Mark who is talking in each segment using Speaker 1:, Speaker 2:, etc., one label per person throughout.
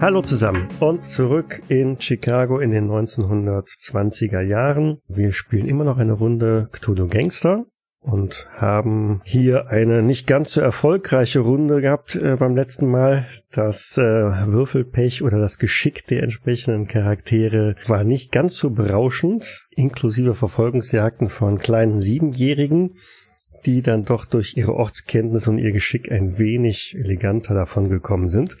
Speaker 1: Hallo zusammen und zurück in Chicago in den 1920er Jahren. Wir spielen immer noch eine Runde Cthulhu Gangster und haben hier eine nicht ganz so erfolgreiche Runde gehabt äh, beim letzten Mal. Das äh, Würfelpech oder das Geschick der entsprechenden Charaktere war nicht ganz so berauschend, inklusive Verfolgungsjagden von kleinen Siebenjährigen, die dann doch durch ihre Ortskenntnis und ihr Geschick ein wenig eleganter davon gekommen sind.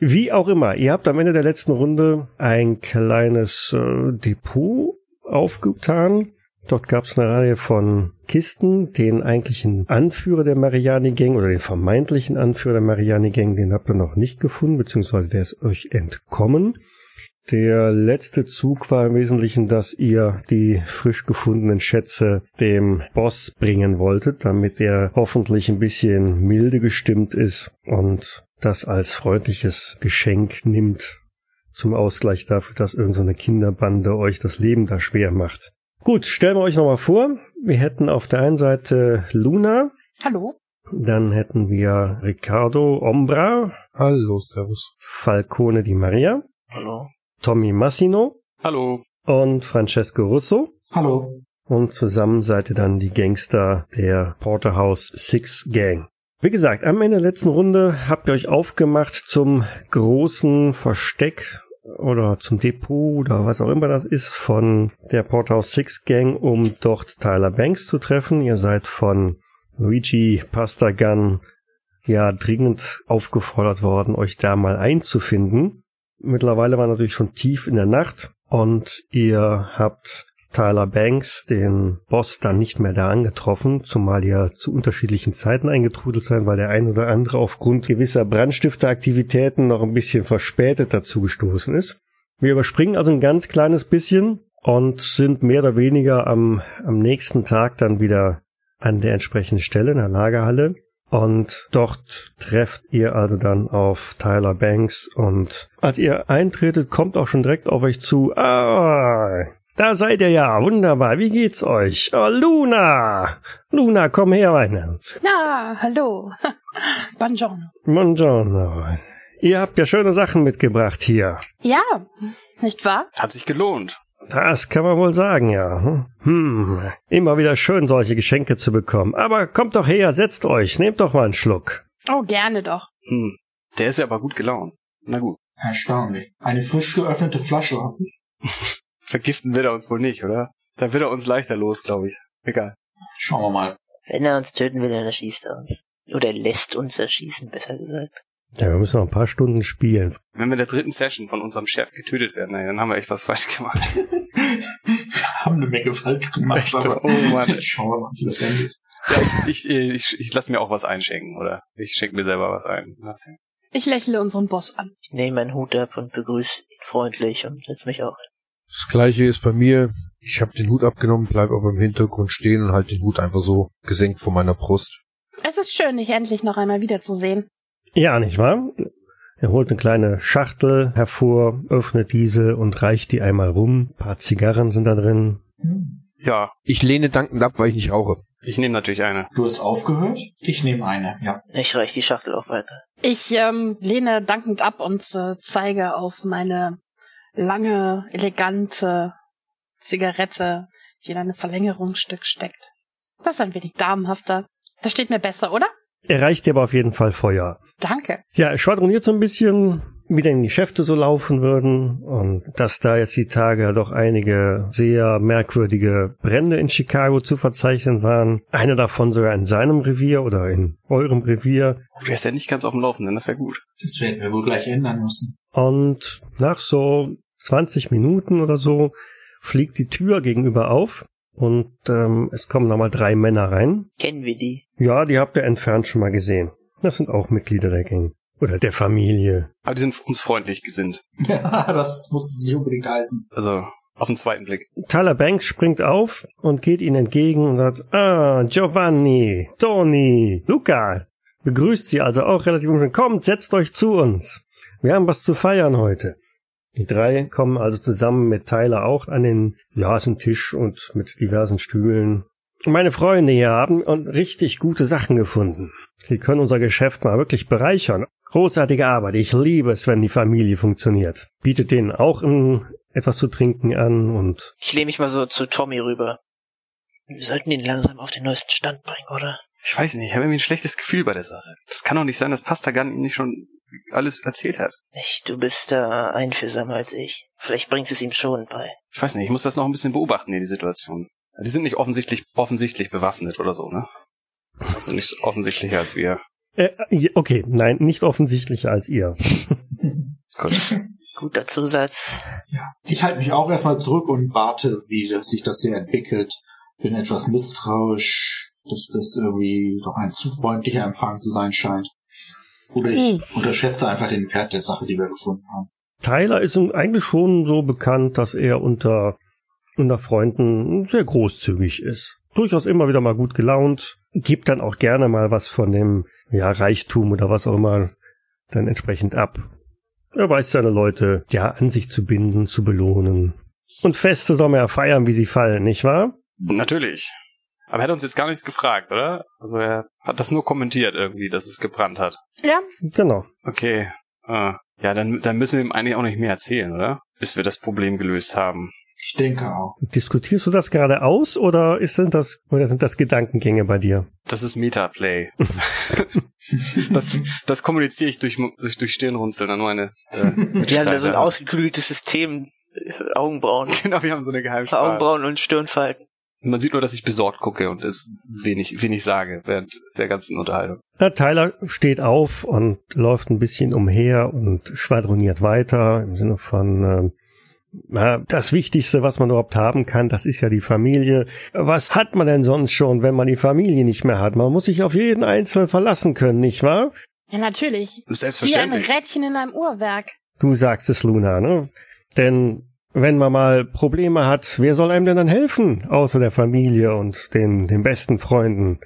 Speaker 1: Wie auch immer, ihr habt am Ende der letzten Runde ein kleines äh, Depot aufgetan Dort gab es eine Reihe von Kisten, den eigentlichen Anführer der Mariani-Gang oder den vermeintlichen Anführer der Mariani-Gang, den habt ihr noch nicht gefunden, beziehungsweise der ist euch entkommen. Der letzte Zug war im Wesentlichen, dass ihr die frisch gefundenen Schätze dem Boss bringen wolltet, damit er hoffentlich ein bisschen milde gestimmt ist und das als freundliches Geschenk nimmt zum Ausgleich dafür, dass irgendeine Kinderbande euch das Leben da schwer macht. Gut, stellen wir euch nochmal vor. Wir hätten auf der einen Seite Luna,
Speaker 2: Hallo?
Speaker 1: dann hätten wir Ricardo Ombra,
Speaker 3: Hallo, Servus.
Speaker 1: Falcone Di Maria,
Speaker 4: Hallo.
Speaker 1: Tommy Massino
Speaker 4: Hallo.
Speaker 1: und Francesco Russo.
Speaker 5: Hallo.
Speaker 1: Und zusammen seid ihr dann die Gangster der Porterhouse Six Gang. Wie gesagt, am Ende der letzten Runde habt ihr euch aufgemacht zum großen Versteck oder zum Depot oder was auch immer das ist von der Porterhouse Six Gang, um dort Tyler Banks zu treffen. Ihr seid von Luigi Pastagan ja dringend aufgefordert worden, euch da mal einzufinden. Mittlerweile war natürlich schon tief in der Nacht und ihr habt Tyler Banks, den Boss, dann nicht mehr da angetroffen, zumal ihr zu unterschiedlichen Zeiten eingetrudelt seid, weil der ein oder andere aufgrund gewisser Brandstifteraktivitäten noch ein bisschen verspätet dazu gestoßen ist. Wir überspringen also ein ganz kleines bisschen und sind mehr oder weniger am, am nächsten Tag dann wieder an der entsprechenden Stelle in der Lagerhalle. Und dort trefft ihr also dann auf Tyler Banks und als ihr eintretet, kommt auch schon direkt auf euch zu. Ah, da seid ihr ja. Wunderbar. Wie geht's euch? Oh, Luna! Luna, komm her, meine.
Speaker 2: Na, hallo. Buongiorno.
Speaker 1: Buongiorno. Ihr habt ja schöne Sachen mitgebracht hier.
Speaker 2: Ja, nicht wahr?
Speaker 4: Hat sich gelohnt.
Speaker 1: Das kann man wohl sagen, ja. Hm, immer wieder schön, solche Geschenke zu bekommen. Aber kommt doch her, setzt euch, nehmt doch mal einen Schluck.
Speaker 2: Oh, gerne doch.
Speaker 4: Hm. Der ist ja aber gut gelaunt. Na gut.
Speaker 5: Erstaunlich. Eine frisch geöffnete Flasche offen.
Speaker 4: Vergiften will er uns wohl nicht, oder? Da wird er uns leichter los, glaube ich. Egal.
Speaker 5: Schauen wir mal.
Speaker 6: Wenn er uns töten will, dann erschießt er uns. Oder lässt uns erschießen, besser gesagt.
Speaker 1: Ja, wir müssen noch ein paar Stunden spielen.
Speaker 4: Wenn wir in der dritten Session von unserem Chef getötet werden, ey, dann haben wir echt was falsch gemacht.
Speaker 5: Wir haben eine Menge falsch gemacht,
Speaker 4: Echt?
Speaker 5: aber
Speaker 4: Oh Mann.
Speaker 5: schauen wir mal, wie das endet.
Speaker 4: Ja, ich, ich, ich, ich lasse mir auch was einschenken, oder? Ich schenke mir selber was ein.
Speaker 2: Ich lächle unseren Boss an.
Speaker 6: Ich nehme meinen Hut ab und begrüße ihn freundlich und setze mich auch hin.
Speaker 3: Das gleiche ist bei mir. Ich habe den Hut abgenommen, bleib aber im Hintergrund stehen und halt den Hut einfach so gesenkt vor meiner Brust.
Speaker 2: Es ist schön, dich endlich noch einmal wiederzusehen.
Speaker 1: Ja, nicht wahr? Er holt eine kleine Schachtel hervor, öffnet diese und reicht die einmal rum. Ein paar Zigarren sind da drin.
Speaker 5: Hm.
Speaker 4: Ja,
Speaker 3: Ich lehne dankend ab, weil ich nicht rauche.
Speaker 4: ich nehme natürlich eine.
Speaker 5: Du hast aufgehört? Ich nehme eine, ja.
Speaker 6: Ich reiche die Schachtel auch weiter.
Speaker 2: Ich ähm, lehne dankend ab und äh, zeige auf meine lange, elegante Zigarette, die in einem Verlängerungsstück steckt. Das ist ein wenig damenhafter. Das steht mir besser, oder?
Speaker 1: Er reicht dir aber auf jeden Fall Feuer.
Speaker 2: Danke.
Speaker 1: Ja, er schwadroniert so ein bisschen, wie denn die Geschäfte so laufen würden und dass da jetzt die Tage doch einige sehr merkwürdige Brände in Chicago zu verzeichnen waren. Einer davon sogar in seinem Revier oder in eurem Revier.
Speaker 4: Oh, der ist ja nicht ganz auf dem Laufenden, das ist ja gut.
Speaker 5: Das werden wir wohl gleich ändern müssen.
Speaker 1: Und nach so 20 Minuten oder so fliegt die Tür gegenüber auf und ähm, es kommen nochmal drei Männer rein.
Speaker 6: Kennen wir die?
Speaker 1: Ja, die habt ihr entfernt schon mal gesehen. Das sind auch Mitglieder der Gang. Oder der Familie.
Speaker 4: Aber die sind uns freundlich gesinnt.
Speaker 5: Ja, das muss es nicht unbedingt heißen.
Speaker 4: Also, auf den zweiten Blick.
Speaker 1: Tyler Banks springt auf und geht ihnen entgegen und sagt, ah, Giovanni, Toni, Luca. Begrüßt sie also auch relativ umständlich. Kommt, setzt euch zu uns. Wir haben was zu feiern heute. Die drei kommen also zusammen mit Tyler auch an den, ja, ist ein Tisch und mit diversen Stühlen. Meine Freunde hier haben und richtig gute Sachen gefunden. Sie können unser Geschäft mal wirklich bereichern. Großartige Arbeit. Ich liebe es, wenn die Familie funktioniert. Bietet denen auch ähm, etwas zu trinken an und
Speaker 6: Ich lehne mich mal so zu Tommy rüber. Wir sollten ihn langsam auf den neuesten Stand bringen, oder?
Speaker 4: Ich weiß nicht, ich habe irgendwie ein schlechtes Gefühl bei der Sache. Das kann doch nicht sein, dass Pastagan ihm nicht schon alles erzählt hat.
Speaker 6: Ich, du bist da einfühlsamer als ich. Vielleicht bringst du es ihm schon bei.
Speaker 4: Ich weiß nicht, ich muss das noch ein bisschen beobachten hier, die Situation. Die sind nicht offensichtlich, offensichtlich bewaffnet oder so, ne? Also nicht so offensichtlicher als wir.
Speaker 1: äh, ja, okay, nein, nicht offensichtlicher als ihr.
Speaker 4: Gut.
Speaker 6: Guter Zusatz.
Speaker 5: Ja. Ich halte mich auch erstmal zurück und warte, wie das, sich das hier entwickelt. Bin etwas misstrauisch, dass das irgendwie doch ein zu freundlicher Empfang zu sein scheint. Oder ich unterschätze einfach den Wert der Sache, die wir gefunden haben.
Speaker 1: Tyler ist ihm eigentlich schon so bekannt, dass er unter, unter Freunden sehr großzügig ist. Durchaus immer wieder mal gut gelaunt, gibt dann auch gerne mal was von dem ja, Reichtum oder was auch immer dann entsprechend ab. Er weiß seine Leute ja an sich zu binden, zu belohnen. Und Feste soll man ja feiern, wie sie fallen, nicht wahr?
Speaker 4: Natürlich. Aber er hat uns jetzt gar nichts gefragt, oder? Also er hat das nur kommentiert irgendwie, dass es gebrannt hat.
Speaker 2: Ja,
Speaker 1: Genau.
Speaker 4: Okay. Äh, ja, dann, dann müssen wir ihm eigentlich auch nicht mehr erzählen, oder? Bis wir das Problem gelöst haben.
Speaker 5: Ich denke auch.
Speaker 1: Diskutierst du das gerade aus oder ist denn das oder sind das Gedankengänge bei dir?
Speaker 4: Das ist Metaplay. das, das kommuniziere ich durch, durch, durch Stirnrunzeln an meine äh,
Speaker 6: Wir haben da so ein
Speaker 4: Mitstreiter.
Speaker 6: ausgeklügeltes System. äh, Augenbrauen.
Speaker 4: Genau, wir haben so eine Geheimsprache.
Speaker 6: Augenbrauen und Stirnfalten.
Speaker 4: Man sieht nur, dass ich besorgt gucke und es wenig, wenig sage während der ganzen Unterhaltung.
Speaker 1: Na, Tyler steht auf und läuft ein bisschen umher und schwadroniert weiter im Sinne von ähm, na, das Wichtigste, was man überhaupt haben kann, das ist ja die Familie. Was hat man denn sonst schon, wenn man die Familie nicht mehr hat? Man muss sich auf jeden Einzelnen verlassen können, nicht wahr?
Speaker 2: ja natürlich. Wie ein
Speaker 4: Selbstverständlich.
Speaker 2: Rädchen in einem Uhrwerk.
Speaker 1: Du sagst es, Luna, ne? Denn wenn man mal Probleme hat, wer soll einem denn dann helfen? Außer der Familie und den, den besten Freunden.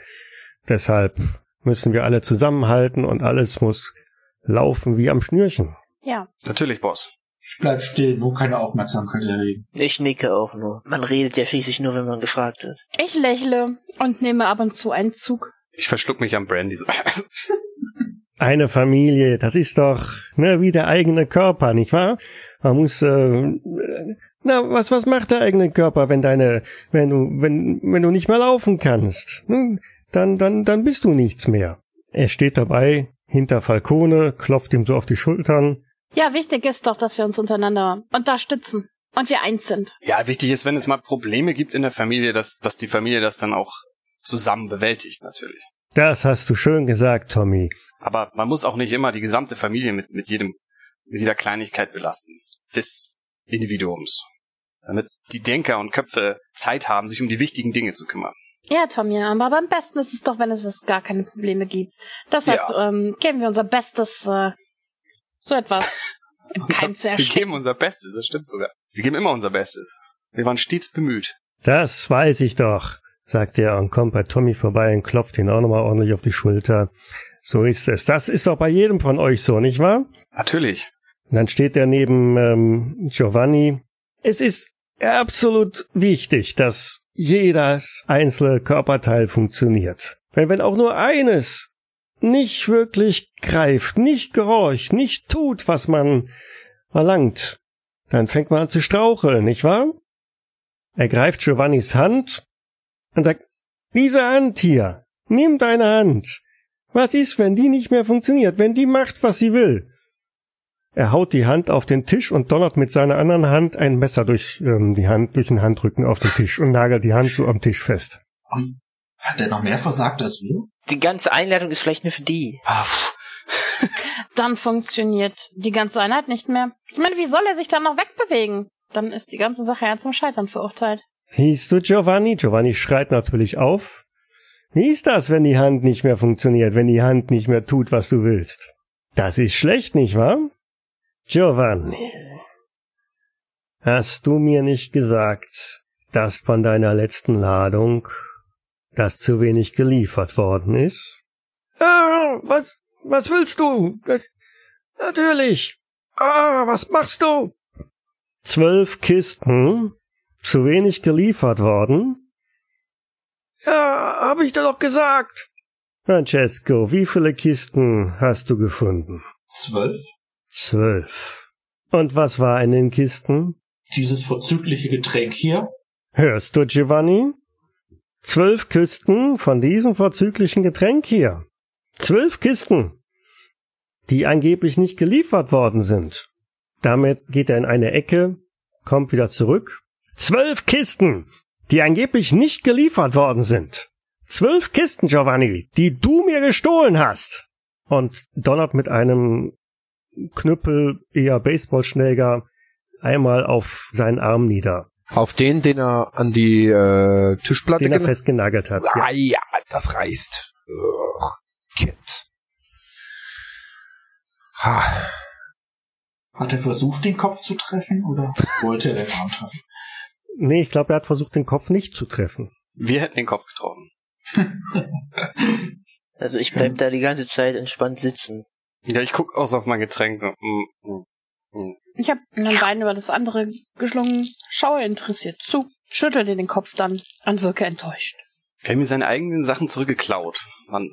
Speaker 1: Deshalb müssen wir alle zusammenhalten und alles muss laufen wie am Schnürchen.
Speaker 2: Ja.
Speaker 4: Natürlich, Boss.
Speaker 5: Ich bleib still, nur keine Aufmerksamkeit erregen.
Speaker 6: Ich nicke auch nur. Man redet ja schließlich nur, wenn man gefragt wird.
Speaker 2: Ich lächle und nehme ab und zu einen Zug.
Speaker 4: Ich verschluck mich am Brandy.
Speaker 1: Eine Familie, das ist doch ne, wie der eigene Körper, nicht wahr? Man muss äh, na was was macht der eigene Körper, wenn deine wenn du wenn wenn du nicht mehr laufen kannst? Hm, dann dann dann bist du nichts mehr. Er steht dabei hinter Falcone, klopft ihm so auf die Schultern.
Speaker 2: Ja, wichtig ist doch, dass wir uns untereinander unterstützen und wir eins sind.
Speaker 4: Ja, wichtig ist, wenn es mal Probleme gibt in der Familie, dass, dass die Familie das dann auch zusammen bewältigt, natürlich.
Speaker 1: Das hast du schön gesagt, Tommy.
Speaker 4: Aber man muss auch nicht immer die gesamte Familie mit, mit jedem, mit jeder Kleinigkeit belasten. Des Individuums. Damit die Denker und Köpfe Zeit haben, sich um die wichtigen Dinge zu kümmern.
Speaker 2: Ja, Tommy, aber am besten ist es doch, wenn es, es gar keine Probleme gibt. Deshalb ähm, geben wir unser Bestes, äh, so etwas im Keim zu
Speaker 4: Wir
Speaker 2: ersticken.
Speaker 4: geben unser Bestes, das stimmt sogar. Wir geben immer unser Bestes. Wir waren stets bemüht.
Speaker 1: Das weiß ich doch, sagt er und kommt bei Tommy vorbei und klopft ihn auch nochmal ordentlich auf die Schulter. So ist es. Das ist doch bei jedem von euch so, nicht wahr?
Speaker 4: Natürlich.
Speaker 1: Und dann steht er neben ähm, Giovanni. Es ist absolut wichtig, dass jedes einzelne Körperteil funktioniert. Weil wenn auch nur eines nicht wirklich greift, nicht gehorcht, nicht tut, was man verlangt, dann fängt man an zu straucheln, nicht wahr? Er greift Giovannis Hand und sagt, diese Hand hier, nimm deine Hand. Was ist, wenn die nicht mehr funktioniert, wenn die macht, was sie will? Er haut die Hand auf den Tisch und donnert mit seiner anderen Hand ein Messer durch ähm, die Hand, durch den Handrücken auf den Tisch und nagelt die Hand so am Tisch fest.
Speaker 5: Ui, Ähm, Hat er noch mehr versagt als wir?
Speaker 6: Die ganze Einladung ist vielleicht nur für die.
Speaker 4: Ah, pff.
Speaker 2: Dann funktioniert die ganze Einheit nicht mehr. Ich meine, wie soll er sich dann noch wegbewegen? Dann ist die ganze Sache ja zum Scheitern verurteilt.
Speaker 1: Siehst du, Giovanni? Giovanni schreit natürlich auf. Wie ist das, wenn die Hand nicht mehr funktioniert, wenn die Hand nicht mehr tut, was du willst? Das ist schlecht, nicht wahr? Giovanni. Hast du mir nicht gesagt, dass von deiner letzten Ladung dass zu wenig geliefert worden ist? Ah, was, was willst du? Das, natürlich. Ah, was machst du? Zwölf Kisten zu wenig geliefert worden? Ja, habe ich dir doch gesagt. Francesco, wie viele Kisten hast du gefunden?
Speaker 5: Zwölf?
Speaker 1: Zwölf. Und was war in den Kisten?
Speaker 5: Dieses vorzügliche Getränk hier.
Speaker 1: Hörst du, Giovanni? Zwölf Kisten von diesem vorzüglichen Getränk hier. Zwölf Kisten, die angeblich nicht geliefert worden sind. Damit geht er in eine Ecke, kommt wieder zurück. Zwölf Kisten, die angeblich nicht geliefert worden sind. Zwölf Kisten, Giovanni, die du mir gestohlen hast. Und donnert mit einem Knüppel, eher Baseballschläger, einmal auf seinen Arm nieder,
Speaker 3: Auf den, den er an die äh, Tischplatte
Speaker 1: den er
Speaker 3: gena-
Speaker 1: festgenagelt hat.
Speaker 3: Ah
Speaker 1: Ja.
Speaker 3: ja, das reißt. Ugh, Kind. Ha.
Speaker 5: Hat er versucht, den Kopf zu treffen oder wollte er den Arm treffen?
Speaker 1: Nee, ich glaube, er hat versucht, den Kopf nicht zu treffen.
Speaker 4: Wir hätten den Kopf getroffen.
Speaker 6: Also ich bleib da die ganze Zeit entspannt sitzen.
Speaker 4: Ja, ich guck aus auf mein Getränk. so, mm, mm.
Speaker 2: Ich habe einen Bein über das andere geschlungen, schaue interessiert zu, schüttelte den Kopf dann und wirke enttäuscht.
Speaker 4: Wir haben mir seine eigenen Sachen zurückgeklaut. Mann,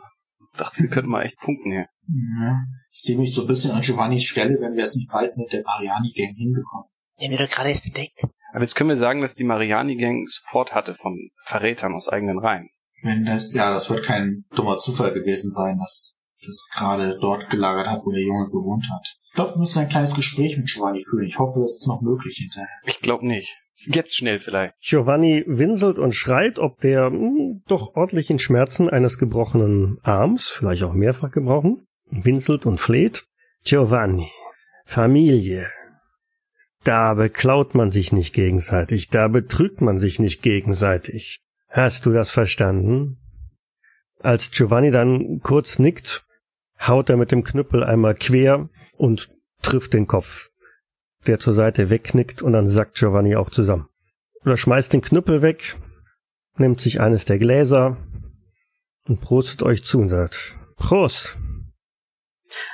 Speaker 4: dachte, wir könnten mal echt punkten hier.
Speaker 5: Ja. Ich sehe mich so ein bisschen an Giovannis Stelle, wenn wir es nicht bald mit der Mariani-Gang hinbekommen.
Speaker 6: Den wir doch gerade erst entdeckt.
Speaker 4: Aber jetzt können wir sagen, dass die Mariani-Gang Support hatte von Verrätern aus eigenen Reihen.
Speaker 5: Wenn das, ja, das wird kein dummer Zufall gewesen sein, dass das gerade dort gelagert hat, wo der Junge gewohnt hat. Ich glaube, wir müssen ein kleines Gespräch mit Giovanni führen. Ich hoffe, es ist noch möglich hinterher.
Speaker 4: Ich glaube nicht. Jetzt schnell vielleicht.
Speaker 1: Giovanni winselt und schreit, ob der mh, doch ordentlichen Schmerzen eines gebrochenen Arms, vielleicht auch mehrfach gebrochen, winselt und fleht. Giovanni, Familie. Da beklaut man sich nicht gegenseitig, da betrügt man sich nicht gegenseitig. Hast du das verstanden? Als Giovanni dann kurz nickt, haut er mit dem Knüppel einmal quer und trifft den Kopf, der zur Seite wegknickt und dann sackt Giovanni auch zusammen oder schmeißt den Knüppel weg, nimmt sich eines der Gläser und prostet euch zu und sagt, Prost!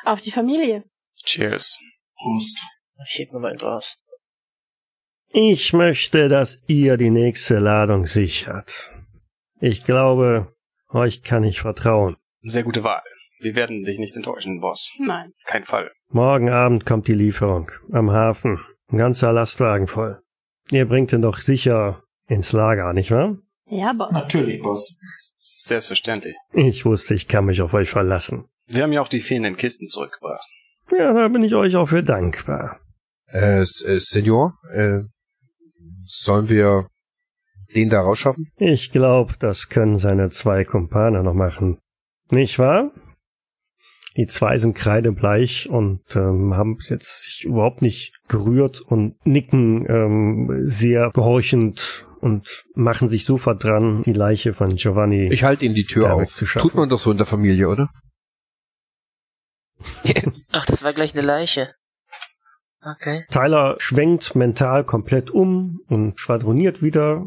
Speaker 2: Auf die Familie.
Speaker 4: Cheers.
Speaker 5: Prost.
Speaker 6: Ich heb mir mal ein Glas.
Speaker 1: Ich möchte, dass ihr die nächste Ladung sichert. Ich glaube, euch kann ich vertrauen.
Speaker 4: Sehr gute Wahl. Wir werden dich nicht enttäuschen, Boss.
Speaker 2: Nein.
Speaker 4: Auf keinen Fall.
Speaker 1: Morgen Abend kommt die Lieferung am Hafen. Ein ganzer Lastwagen voll. Ihr bringt ihn doch sicher ins Lager, nicht wahr?
Speaker 2: Ja, aber
Speaker 5: Natürlich, Boss.
Speaker 4: Selbstverständlich.
Speaker 1: Ich wusste, ich kann mich auf euch verlassen.
Speaker 4: Wir haben ja auch die fehlenden Kisten zurückgebracht.
Speaker 1: Ja, da bin ich euch auch für dankbar.
Speaker 3: Äh, S- äh, Senior, äh, sollen wir den da rausschaffen?
Speaker 1: Ich glaub, das können seine zwei Kumpane noch machen. Nicht wahr? Die zwei sind kreidebleich und ähm, haben jetzt sich überhaupt nicht gerührt und nicken ähm, sehr gehorchend und machen sich sofort dran, die Leiche von Giovanni.
Speaker 3: Ich halte ihm die Tür
Speaker 1: Da
Speaker 3: auf.
Speaker 1: wegzuschaffen.
Speaker 3: Tut man doch so in der Familie, oder?
Speaker 6: Ach, das war gleich eine Leiche. Okay.
Speaker 1: Tyler schwenkt mental komplett um und schwadroniert wieder.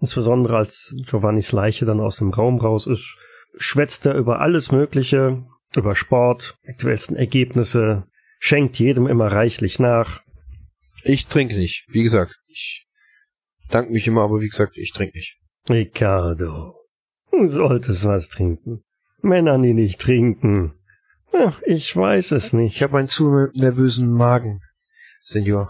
Speaker 1: Insbesondere als Giovannis Leiche dann aus dem Raum raus ist, schwätzt er über alles Mögliche, über Sport, aktuellsten Ergebnisse, schenkt jedem immer reichlich nach.
Speaker 3: Ich trinke nicht. Wie gesagt, ich danke mich immer, aber wie gesagt, ich trinke nicht.
Speaker 1: Ricardo, du solltest was trinken. Männern, die nicht trinken. Ach, ich weiß es nicht.
Speaker 3: Ich habe einen zu nervösen Magen, Senior.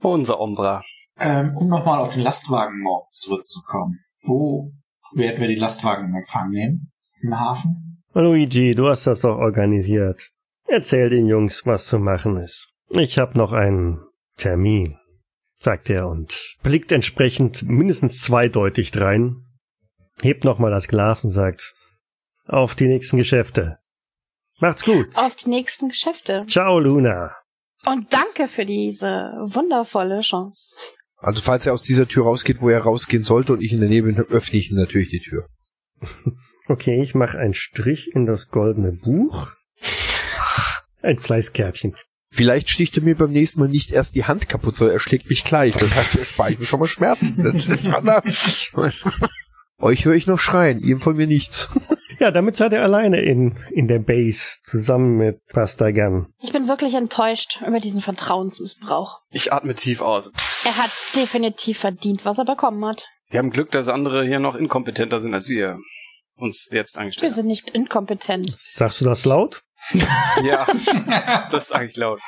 Speaker 4: Unser Ombra.
Speaker 5: Ähm, um nochmal auf den Lastwagen morgen zurückzukommen. Wo werden wir den Lastwagen in Empfang nehmen? Im Hafen?
Speaker 1: Luigi, du hast das doch organisiert. Erzähl den Jungs, was zu machen ist. Ich hab noch einen Termin, sagt er und blickt entsprechend mindestens zweideutig drein, hebt nochmal das Glas und sagt, auf die nächsten Geschäfte. Macht's gut.
Speaker 2: auf die nächsten Geschäfte.
Speaker 1: Ciao, Luna.
Speaker 2: Und danke für diese wundervolle Chance.
Speaker 3: Also falls er aus dieser Tür rausgeht, wo er rausgehen sollte und ich in der Nähe bin, öffne ich natürlich die Tür.
Speaker 1: Okay, ich mache einen Strich in das goldene Buch. Ein Fleißkärtchen.
Speaker 3: Vielleicht sticht er mir beim nächsten Mal nicht erst die Hand kaputt, sondern er schlägt mich gleich. Das heißt, er spart mir schon mal Schmerzen. Das ist verdammt. Euch höre ich noch schreien, ihm von mir nichts.
Speaker 1: Ja, damit seid ihr alleine in, in der Base zusammen mit Pastagan.
Speaker 2: Ich bin wirklich enttäuscht über diesen Vertrauensmissbrauch.
Speaker 4: Ich atme tief aus.
Speaker 2: Er hat definitiv verdient, was er bekommen hat.
Speaker 4: Wir haben Glück, dass andere hier noch inkompetenter sind als wir. uns jetzt
Speaker 2: Wir
Speaker 4: angestellt
Speaker 2: sind nicht inkompetent.
Speaker 1: Sagst du das laut?
Speaker 4: haben. Ja, das sage ich laut.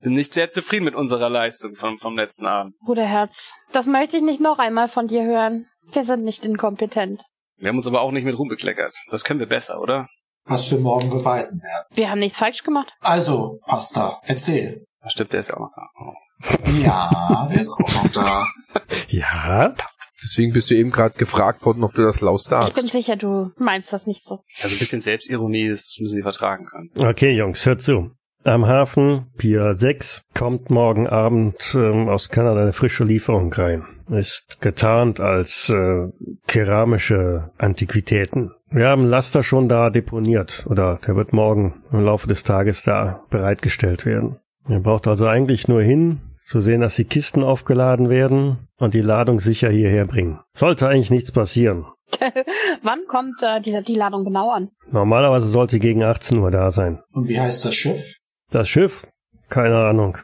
Speaker 4: Bin nicht sehr zufrieden mit unserer Leistung vom, vom letzten Abend.
Speaker 2: Bruder Herz, das möchte ich nicht noch einmal von dir hören. Wir sind nicht inkompetent.
Speaker 4: Wir haben uns aber auch nicht mit Ruhm bekleckert. Das können wir besser, oder?
Speaker 5: Was wir morgen beweisen werden.
Speaker 2: Wir haben nichts falsch gemacht.
Speaker 5: Also, Pasta, erzähl.
Speaker 4: Ach, Stimmt, der ist ja auch noch da. Oh.
Speaker 5: Ja, der ist auch noch da.
Speaker 1: Ja.
Speaker 3: Deswegen bist du eben gerade gefragt worden, ob du das laut
Speaker 2: Ich bin
Speaker 3: sagst.
Speaker 2: sicher, du meinst das nicht so.
Speaker 4: Also ein bisschen Selbstironie, das müssen die vertragen können.
Speaker 1: Okay, Jungs, hört zu. Am Hafen, Pier 6, kommt morgen Abend ähm, aus Kanada eine frische Lieferung rein. Ist getarnt als äh, keramische Antiquitäten. Wir haben einen Laster schon da deponiert oder der wird morgen im Laufe des Tages da bereitgestellt werden. Ihr braucht also eigentlich nur hin, zu sehen, dass die Kisten aufgeladen werden und die Ladung sicher hierher bringen. Sollte eigentlich nichts passieren.
Speaker 2: Wann kommt äh, die, die Ladung genau an?
Speaker 1: Normalerweise sollte gegen 18 Uhr da sein.
Speaker 5: Und wie heißt das Schiff?
Speaker 1: Das Schiff? Keine Ahnung.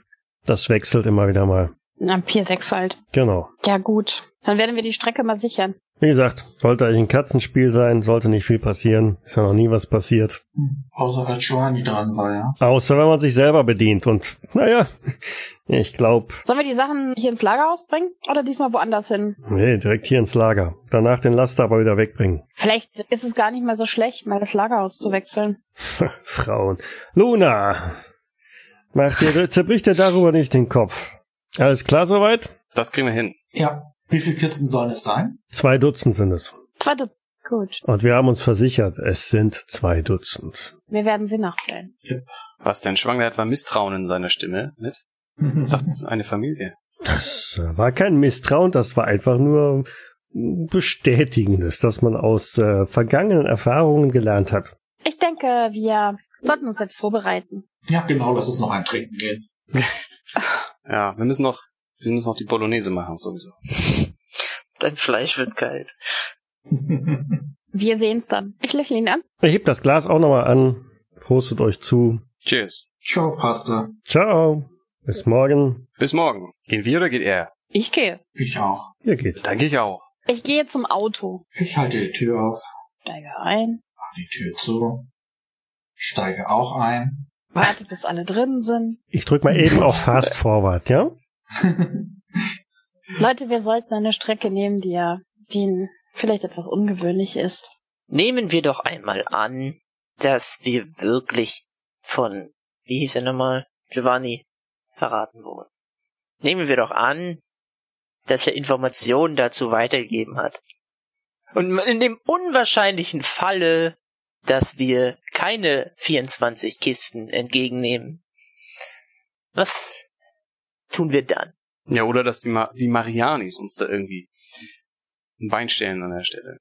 Speaker 1: Das wechselt immer wieder mal.
Speaker 2: Am Pier 6 halt.
Speaker 1: Genau.
Speaker 2: Ja gut, dann werden wir die Strecke mal sichern.
Speaker 1: Wie gesagt, sollte eigentlich ein Katzenspiel sein, sollte nicht viel passieren. Ist ja noch nie was passiert.
Speaker 5: Hm, Außer als Joanny dran war, ja.
Speaker 1: Außer wenn man sich selber bedient und, naja, ich glaube,
Speaker 2: Sollen wir die Sachen hier ins Lagerhaus bringen oder diesmal woanders hin?
Speaker 1: nee, direkt hier ins Lager. Danach den Laster aber wieder wegbringen.
Speaker 2: Vielleicht ist es gar nicht mal so schlecht, mal das Lagerhaus zu wechseln.
Speaker 1: Frauen. Luna! Mach dir, zerbrich dir darüber nicht den Kopf. Alles klar soweit?
Speaker 4: Das kriegen wir hin.
Speaker 5: Ja. Wie viele Kisten sollen es sein?
Speaker 1: Zwei Dutzend sind es.
Speaker 2: Warte, gut.
Speaker 1: Und wir haben uns versichert, es sind zwei Dutzend.
Speaker 2: Wir werden sie nachstellen.
Speaker 4: Was denn? Schwang, der hat war Misstrauen in seiner Stimme mit. Sagt das ist eine Familie.
Speaker 1: Das war kein Misstrauen, das war einfach nur Bestätigendes, dass man aus äh, vergangenen Erfahrungen gelernt hat.
Speaker 2: Ich denke, wir sollten uns jetzt vorbereiten.
Speaker 5: ja, genau, lass uns noch ein Trinken gehen.
Speaker 4: Ja, wir müssen noch, wir müssen noch die Bolognese machen, sowieso.
Speaker 6: Dein Fleisch wird kalt.
Speaker 2: Wir sehen es dann. Ich lächle ihn an.
Speaker 1: Ich heb das Glas auch nochmal an, prostet euch zu.
Speaker 4: Cheers.
Speaker 5: Ciao, Pasta.
Speaker 1: Ciao, bis morgen.
Speaker 4: Bis morgen. Gehen wir oder geht er?
Speaker 2: Ich gehe.
Speaker 5: Ich auch.
Speaker 1: Ihr geht.
Speaker 4: Denke ich auch.
Speaker 2: Ich gehe zum Auto.
Speaker 5: Ich halte die Tür auf,
Speaker 2: Steige ein.
Speaker 5: mache die Tür zu, steige auch ein.
Speaker 2: Warte, bis alle drin sind.
Speaker 1: Ich drück mal eben auf Fast Forward, ja?
Speaker 2: Leute, wir sollten eine Strecke nehmen, die ja, die vielleicht etwas ungewöhnlich ist.
Speaker 6: Nehmen wir doch einmal an, dass wir wirklich von, wie hieß er nochmal, Giovanni verraten wurden. Nehmen wir doch an, dass er Informationen dazu weitergegeben hat. Und in dem unwahrscheinlichen Falle, dass wir keine 24 Kisten entgegennehmen, was tun wir dann?
Speaker 4: Ja, oder dass die, Ma die Marianis uns da irgendwie ein Bein stellen an der Stelle.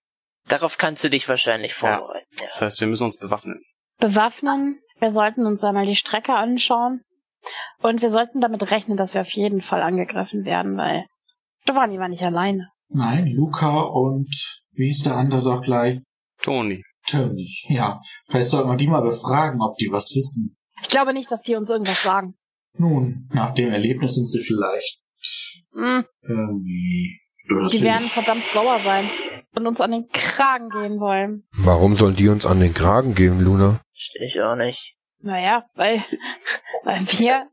Speaker 6: Darauf kannst du dich wahrscheinlich vorbereiten. Ja.
Speaker 4: Das heißt, wir müssen uns bewaffnen.
Speaker 2: Bewaffnen. Wir sollten uns einmal die Strecke anschauen. Und wir sollten damit rechnen, dass wir auf jeden Fall angegriffen werden, weil Giovanni war nicht alleine.
Speaker 5: Nein, Luca und wie hieß der andere doch gleich?
Speaker 4: Toni.
Speaker 5: Tony. Ja, vielleicht sollten wir die mal befragen, ob die was wissen.
Speaker 2: Ich glaube nicht, dass die uns irgendwas sagen.
Speaker 5: Nun, nach dem Erlebnis sind sie vielleicht
Speaker 2: Hm,
Speaker 5: irgendwie. oder
Speaker 2: die
Speaker 5: sie-
Speaker 2: werden verdammt sauer sein und uns an den Kragen gehen wollen.
Speaker 3: Warum sollen die uns an den Kragen gehen, Luna?
Speaker 6: Verstehe ich auch nicht.
Speaker 2: Naja, weil, weil wir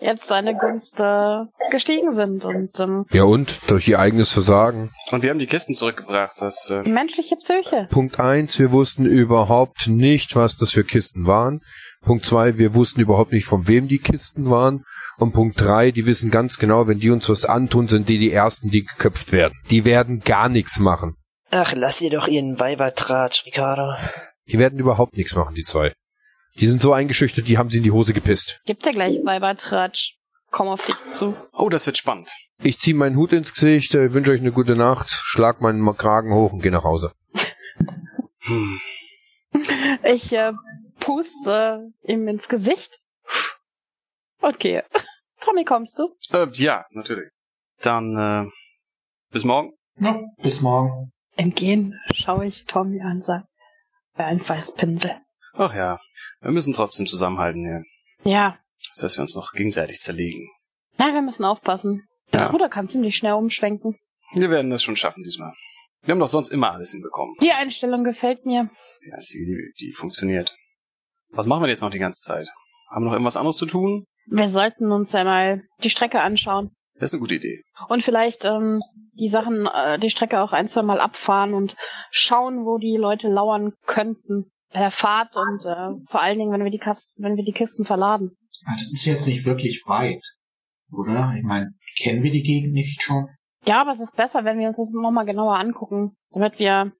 Speaker 2: jetzt seine Gunst äh, gestiegen sind und ähm,
Speaker 3: Ja und? Durch ihr eigenes Versagen.
Speaker 4: Und wir haben die Kisten zurückgebracht. Das, äh,
Speaker 2: die menschliche Psyche.
Speaker 3: Punkt eins: wir wussten überhaupt nicht, was das für Kisten waren. Punkt zwei: wir wussten überhaupt nicht, von wem die Kisten waren. Und Punkt drei: die wissen ganz genau, wenn die uns was antun, sind die die Ersten, die geköpft werden. Die werden gar nichts machen.
Speaker 6: Ach, lass ihr doch ihren Weibertratsch, Ricardo.
Speaker 3: Die werden überhaupt nichts machen, die zwei. Die sind so eingeschüchtert, die haben sie in die Hose gepisst.
Speaker 2: Gibt's ja gleich Weibertratsch. Komm auf dich zu.
Speaker 4: oh, das wird spannend.
Speaker 3: Ich zieh meinen Hut ins Gesicht, äh, wünsche euch eine gute Nacht, schlag meinen Kragen hoch und geh nach Hause.
Speaker 4: Hm.
Speaker 2: Ich äh, puste ihm ins Gesicht und gehe. Tommy, kommst du?
Speaker 4: Äh, ja, natürlich. Dann, äh, bis morgen.
Speaker 5: Ja, bis morgen.
Speaker 2: Im Gehen schaue ich Tommy an, sag, wer ein Weißpinsel.
Speaker 4: Ach ja. Wir müssen trotzdem zusammenhalten hier.
Speaker 2: Ja,
Speaker 4: Das heißt, wir uns noch gegenseitig zerlegen.
Speaker 2: na, wir müssen aufpassen. Das
Speaker 4: Ja.
Speaker 2: Ruder kann ziemlich schnell umschwenken.
Speaker 4: Wir werden das schon schaffen diesmal. Wir haben doch sonst immer alles hinbekommen.
Speaker 2: Die Einstellung gefällt mir.
Speaker 4: Die einzige, die, die funktioniert. Was machen wir jetzt noch die ganze Zeit? Haben wir noch irgendwas anderes zu tun?
Speaker 2: Wir sollten uns einmal die Strecke anschauen
Speaker 4: Das ist eine gute Idee.
Speaker 2: und vielleicht ähm, die Sachen, äh, die Strecke auch ein, zwei Mal abfahren und schauen, wo die Leute lauern könnten bei der Fahrt und äh, vor allen Dingen, wenn wir die Kisten, wenn wir die Kisten verladen.
Speaker 5: Ja, Ah, das ist jetzt nicht wirklich weit, oder? Ich meine, kennen wir die Gegend nicht schon?
Speaker 2: Ja, aber es ist besser, wenn wir uns das nochmal genauer angucken, damit wir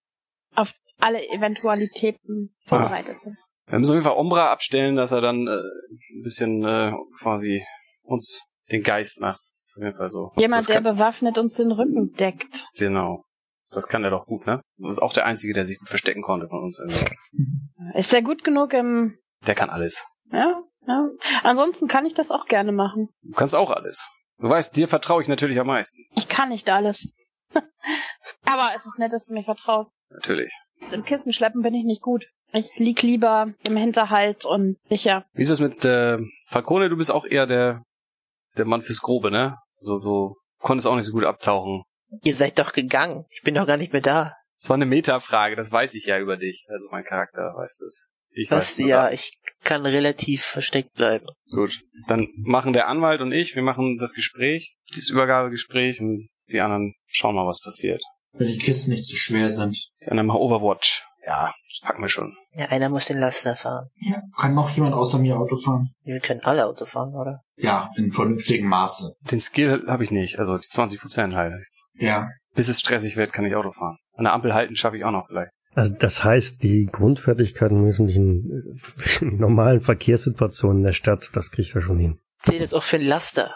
Speaker 2: auf alle Eventualitäten
Speaker 4: Ah,
Speaker 2: vorbereitet sind.
Speaker 4: Wir müssen auf jeden Fall Umbra abstellen, dass er dann äh, ein bisschen äh, quasi uns den Geist macht. Das ist auf jeden Fall so. das
Speaker 2: Jemand, der
Speaker 4: kann,
Speaker 2: bewaffnet uns den Rücken deckt.
Speaker 4: Genau. Das kann er doch gut, ne? Und auch der Einzige, der sich gut verstecken konnte von uns. Also,
Speaker 5: Hm,
Speaker 2: Ist er gut genug im...
Speaker 4: Der kann alles.
Speaker 2: Ja, ja. Ansonsten kann ich das auch gerne machen.
Speaker 4: Du kannst auch alles. Du weißt, dir vertraue ich natürlich am meisten.
Speaker 2: Ich kann nicht alles. Aber es ist nett, dass du mich vertraust.
Speaker 4: Natürlich.
Speaker 2: Im Kissen schleppen bin ich nicht gut. Ich lieg lieber im Hinterhalt und sicher.
Speaker 4: Wie ist das mit äh, Falcone? Du bist auch eher der, der Mann fürs Grobe, ne? So, du konntest auch nicht so gut abtauchen.
Speaker 6: Ihr seid doch gegangen. Ich bin doch gar nicht mehr da.
Speaker 4: Das war eine Metafrage, das weiß ich ja über dich. Also mein Charakter weiß das. Ich
Speaker 6: Was?
Speaker 4: weiß nur
Speaker 6: Ja,
Speaker 4: das.
Speaker 6: ich kann relativ versteckt bleiben.
Speaker 4: Gut. Dann machen der Anwalt und ich, wir machen das Gespräch, das Übergabegespräch und die anderen schauen mal, was passiert.
Speaker 5: Wenn die Kisten nicht zu schwer sind.
Speaker 4: Die anderen machen Overwatch. Ja, das packen wir schon.
Speaker 6: Ja, einer muss den Laster fahren.
Speaker 5: Ja, kann noch jemand außer mir Auto fahren?
Speaker 6: Wir können alle Auto fahren, oder?
Speaker 5: Ja, in vernünftigem Maße.
Speaker 4: Den Skill habe ich nicht, also die 20% halt.
Speaker 5: Ja.
Speaker 4: Bis es stressig wird, kann ich Auto fahren. An der Ampel halten schaffe ich auch noch vielleicht.
Speaker 1: Also das heißt, die Grundfertigkeiten müssen nicht in, in normalen Verkehrssituationen der Stadt, das kriegt er schon hin.
Speaker 6: Zählt das auch für den Laster?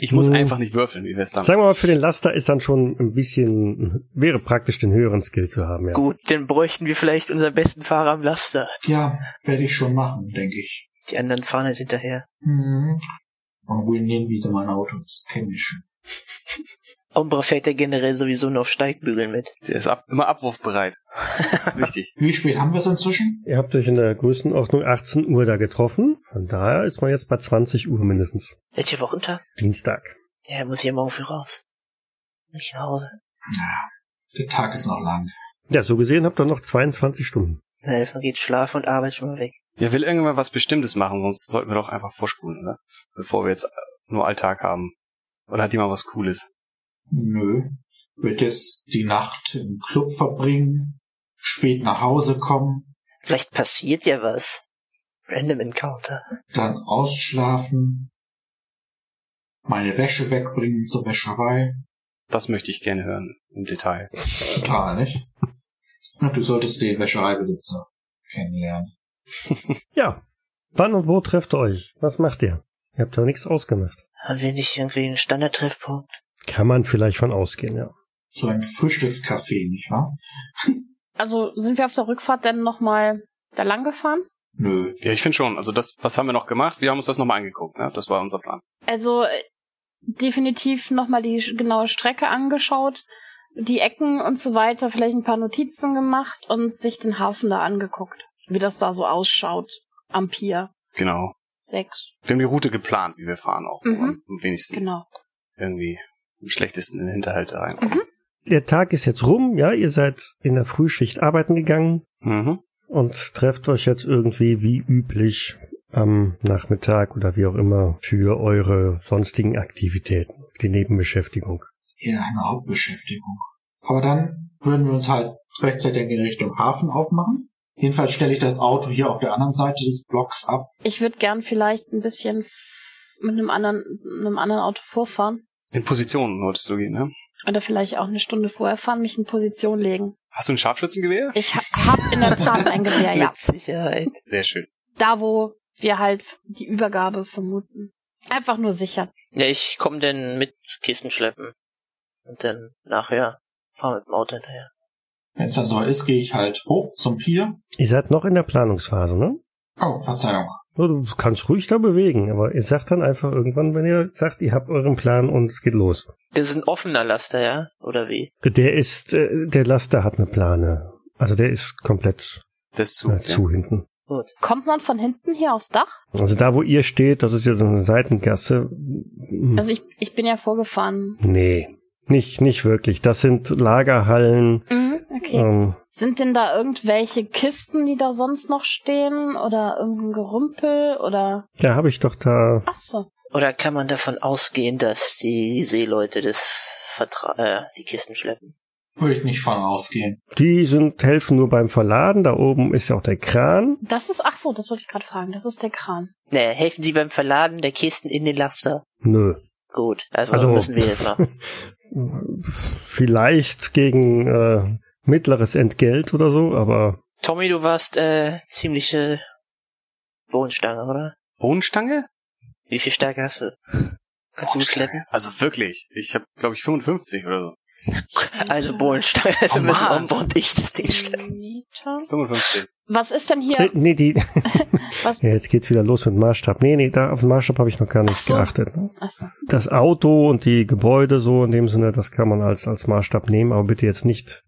Speaker 4: Ich muss
Speaker 1: Hm.
Speaker 4: einfach nicht würfeln, wie wär's dann?
Speaker 1: Sagen wir mal, für den Laster ist dann schon ein bisschen, wäre praktisch den höheren Skill zu haben, ja.
Speaker 6: Gut, dann bräuchten wir vielleicht unseren besten Fahrer am Laster.
Speaker 5: Ja, werde ich schon machen, denke ich.
Speaker 6: Die anderen fahren halt hinterher.
Speaker 5: Mhm. Und ruinieren wieder mein Auto. Das kenne ich schon.
Speaker 6: Umbra fährt ja generell sowieso nur auf Steigbügeln mit.
Speaker 4: Der ist ab, immer abwurfbereit. Das ist wichtig.
Speaker 5: Wie spät haben wir es inzwischen?
Speaker 1: Ihr habt euch in der Größenordnung 18 Uhr da getroffen. Von daher ist man jetzt bei 20 Uhr mindestens.
Speaker 6: Welcher Wochentag?
Speaker 1: Dienstag.
Speaker 6: Ja, muss ich ja morgen früh raus. Nicht nach Hause.
Speaker 5: Der Tag ist noch lang.
Speaker 1: Ja, so gesehen habt ihr noch 22 Stunden.
Speaker 6: Na, davon geht Schlaf und Arbeit schon mal weg.
Speaker 4: Ja, will irgendwann was Bestimmtes machen, sonst sollten wir doch einfach vorspulen, oder? Bevor wir jetzt äh, nur Alltag haben. Oder hat jemand was Cooles?
Speaker 5: Nö. Wird jetzt die Nacht im Club verbringen, spät nach Hause kommen,
Speaker 6: Vielleicht passiert ja was. Random Encounter.
Speaker 5: dann ausschlafen, meine Wäsche wegbringen zur Wäscherei.
Speaker 4: Das möchte ich gerne hören, im Detail.
Speaker 5: Total nicht. Na, du solltest den Wäschereibesitzer kennenlernen.
Speaker 1: Ja. Wann und wo trefft ihr euch? Was macht ihr? Ihr habt ja nichts ausgemacht.
Speaker 6: Haben wir nicht irgendwie einen Standardtreffpunkt?
Speaker 1: Kann man vielleicht von ausgehen, ja.
Speaker 5: So ein Frühstückscafé, nicht wahr?
Speaker 2: Also sind wir auf der Rückfahrt denn nochmal da lang gefahren?
Speaker 5: Nö.
Speaker 4: Ja, ich finde schon. Also das, was haben wir noch gemacht? Wir haben uns das nochmal angeguckt, ne? Das war unser Plan.
Speaker 2: Also äh, definitiv nochmal die sch- genaue Strecke angeschaut, die Ecken und so weiter, vielleicht ein paar Notizen gemacht und sich den Hafen da angeguckt, wie das da so ausschaut am Pier
Speaker 4: Genau.
Speaker 2: 6.
Speaker 4: Wir haben die Route geplant, wie wir fahren auch. wo
Speaker 2: Mhm.
Speaker 4: Am am wenigsten
Speaker 2: Genau.
Speaker 4: irgendwie am schlechtesten in den Hinterhalt da
Speaker 2: Mhm.
Speaker 4: reinkommen.
Speaker 1: Der Tag ist jetzt rum, ja. Ihr seid in der Frühschicht arbeiten gegangen
Speaker 4: Mhm.
Speaker 1: und trefft euch jetzt irgendwie wie üblich am Nachmittag oder wie auch immer für eure sonstigen Aktivitäten, die Nebenbeschäftigung.
Speaker 5: Eher eine Hauptbeschäftigung. Aber dann würden wir uns halt rechtzeitig in Richtung Hafen aufmachen. Jedenfalls stelle ich das Auto hier auf der anderen Seite des Blocks ab.
Speaker 2: Ich würde gern vielleicht ein bisschen f- mit einem anderen, einem anderen Auto vorfahren.
Speaker 4: In Positionen wolltest du gehen, ne?
Speaker 2: Oder vielleicht auch eine Stunde vorher fahren, mich in Position legen.
Speaker 4: Hast du ein Scharfschützengewehr?
Speaker 2: Ich ha hab in der Tat ein Gewehr, ja.
Speaker 6: Mit Sicherheit.
Speaker 4: Sehr schön.
Speaker 2: Da, wo wir halt die Übergabe vermuten. Einfach nur sicher.
Speaker 6: Ja, ich komm denn mit Kisten schleppen. Und dann nachher fahren wir mit dem Auto hinterher.
Speaker 5: Wenn es dann so ist, gehe ich halt hoch zum Pier.
Speaker 1: Ihr seid noch in der Planungsphase, ne?
Speaker 5: Oh, Verzeihung.
Speaker 1: Ja, Du kannst ruhig da bewegen, aber ihr sagt dann einfach irgendwann, wenn ihr sagt, ihr habt euren Plan und es geht los.
Speaker 6: Das ist ein offener Laster, ja? Oder wie?
Speaker 1: Der ist, äh, der Laster hat eine Plane. Also der ist komplett
Speaker 4: Das zu.
Speaker 1: äh, zu hinten.
Speaker 6: Gut.
Speaker 2: Kommt man von hinten hier aufs Dach?
Speaker 1: Also da, wo ihr steht, das ist ja so eine Seitengasse. Hm.
Speaker 2: Also ich, ich bin ja vorgefahren.
Speaker 1: Nee. Nicht, nicht wirklich. Das sind Lagerhallen.
Speaker 2: Mhm, okay.
Speaker 1: Ähm,
Speaker 2: Sind denn da irgendwelche Kisten, die da sonst noch stehen? Oder irgendein Gerümpel? Oder.
Speaker 1: ja, habe ich doch da.
Speaker 2: Ach so.
Speaker 6: Oder kann man davon ausgehen, dass die Seeleute das Vertra äh, die Kisten schleppen?
Speaker 5: Würde ich nicht von ausgehen.
Speaker 1: Die sind, helfen nur beim Verladen. Da oben ist ja auch der Kran.
Speaker 2: Das ist. Ach so, das wollte ich gerade fragen. Das ist der Kran.
Speaker 6: Nee, helfen sie beim Verladen der Kisten in den Laster?
Speaker 1: Nö.
Speaker 6: Gut, also,
Speaker 1: Also-
Speaker 6: müssen wir jetzt machen.
Speaker 1: Vielleicht gegen äh, mittleres Entgelt oder so, aber
Speaker 6: Tommy, du warst äh, ziemliche Bohnenstange, oder?
Speaker 4: Bohnenstange?
Speaker 6: Wie viel Stärke hast du? Kannst du gut schleppen?
Speaker 4: Also wirklich. Ich habe, glaube ich, 55 oder so.
Speaker 6: Also Bohnenstange, also
Speaker 4: Oh,
Speaker 6: müssen
Speaker 4: Mann.
Speaker 6: Ombo und ich das Ding schleppen.
Speaker 2: Meter.
Speaker 4: 55.
Speaker 2: Was ist denn
Speaker 1: nee,
Speaker 2: hier?
Speaker 1: nee die.
Speaker 2: Was?
Speaker 1: ja, jetzt geht's wieder los mit Maßstab. Nee, nee, da auf den Maßstab habe ich noch gar nicht
Speaker 2: Ach so.
Speaker 1: geachtet. ne?
Speaker 2: Ach so.
Speaker 1: Das Auto und die Gebäude so in dem Sinne, das kann man als als Maßstab nehmen, aber bitte jetzt nicht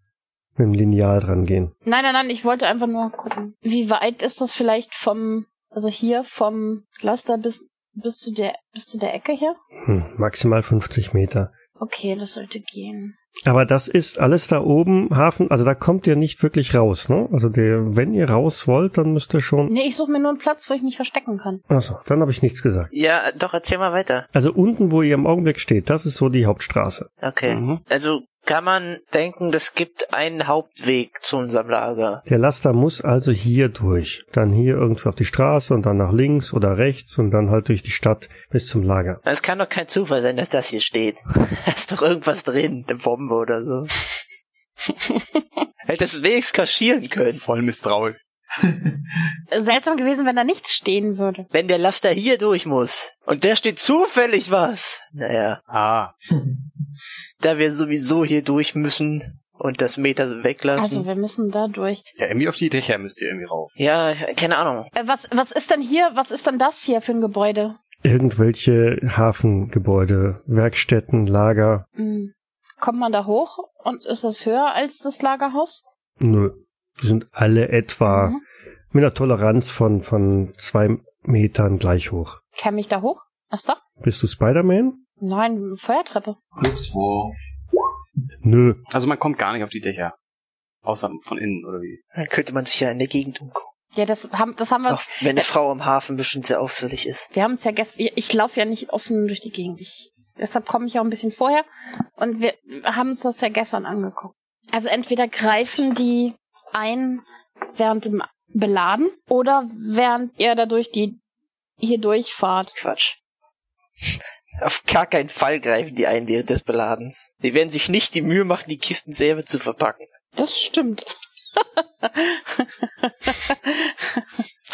Speaker 1: mit dem Lineal dran gehen.
Speaker 2: Nein, nein, nein, ich wollte einfach nur gucken. Wie weit ist das vielleicht vom, also hier vom Laster bis, bis zu der, bis zu der Ecke hier?
Speaker 1: Hm, maximal 50 Meter.
Speaker 2: Okay, das sollte gehen.
Speaker 1: Aber das ist alles da oben Hafen. Also da kommt ihr nicht wirklich raus, ne? Also der, wenn ihr raus wollt, dann müsst ihr schon.
Speaker 2: Nee, ich suche mir nur einen Platz, wo ich mich verstecken kann.
Speaker 1: Achso, dann habe ich nichts gesagt.
Speaker 6: Ja, äh, doch, erzähl mal weiter.
Speaker 1: Also unten, wo ihr im Augenblick steht, das ist so die Hauptstraße.
Speaker 6: Okay.
Speaker 4: Mhm.
Speaker 6: Also kann man denken, das gibt einen Hauptweg zu unserem Lager.
Speaker 1: Der Laster muss also hier durch. Dann hier irgendwie auf die Straße und dann nach links oder rechts und dann halt durch die Stadt bis zum Lager.
Speaker 6: Es kann doch kein Zufall sein, dass das hier steht. da ist doch irgendwas drin, eine Bombe oder so. Hättest du wenigstens kaschieren können.
Speaker 4: Voll misstrauisch.
Speaker 2: Äh, Seltsam gewesen, wenn da nichts stehen würde.
Speaker 6: Wenn der Laster hier durch muss und der steht zufällig was. Naja,
Speaker 4: Ah.
Speaker 6: da wir sowieso hier durch müssen und das Meter weglassen.
Speaker 2: Also wir müssen da durch.
Speaker 4: Ja, irgendwie auf die Dächer müsst ihr irgendwie rauf.
Speaker 6: ja, keine Ahnung.
Speaker 2: Äh, was, was ist denn hier, was ist denn das hier für ein Gebäude?
Speaker 1: Irgendwelche Hafengebäude, Werkstätten, Lager.
Speaker 2: Hm. Kommt man da hoch und ist das höher als das Lagerhaus?
Speaker 1: Nö. Die sind alle etwa
Speaker 2: Mhm.
Speaker 1: mit einer Toleranz von, von zwei Metern gleich hoch.
Speaker 2: Käme ich da hoch? Ach da?
Speaker 1: Bist du Spider-Man?
Speaker 2: Nein, Feuertreppe.
Speaker 5: Glückswurf.
Speaker 1: Nö.
Speaker 4: Also man kommt gar nicht auf die Dächer. Außer von innen, oder wie?
Speaker 6: Dann könnte man sich ja in der Gegend umgucken.
Speaker 2: Ja, das haben, das haben wir
Speaker 6: Auch wenn eine Frau im Hafen bestimmt sehr auffällig ist.
Speaker 2: Wir haben es ja gestern, ich laufe ja nicht offen durch die Gegend. Ich, deshalb komme ich auch ein bisschen vorher. Und wir haben uns das ja gestern angeguckt. Also entweder greifen die ein während dem Beladen oder während ihr dadurch die hier durchfahrt.
Speaker 6: Quatsch. Auf gar keinen Fall greifen die ein während des Beladens. Sie werden sich nicht die Mühe machen, die Kisten selber zu verpacken.
Speaker 2: Das stimmt.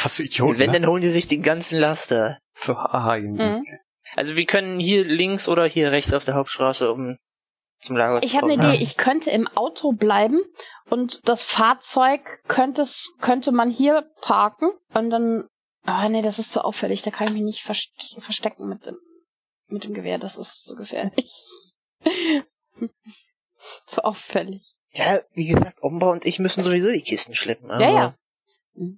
Speaker 4: Was für Idioten,
Speaker 6: Wenn,
Speaker 4: ne?
Speaker 6: dann holen die sich den ganzen Laster.
Speaker 4: So, haha. irgendwie.
Speaker 2: Mhm.
Speaker 6: Also wir können hier links oder hier rechts auf der Hauptstraße um zum Lager
Speaker 2: Ich habe eine
Speaker 6: kommen.
Speaker 2: Idee, ich könnte im Auto bleiben und das Fahrzeug könnte, könnte man hier parken und dann. Ah nee, das ist zu auffällig, da kann ich mich nicht vers- verstecken mit dem, mit dem Gewehr, das ist zu gefährlich. zu auffällig.
Speaker 6: Ja, wie gesagt, Omba und ich müssen sowieso die Kisten schleppen. Also
Speaker 2: Ja, ja.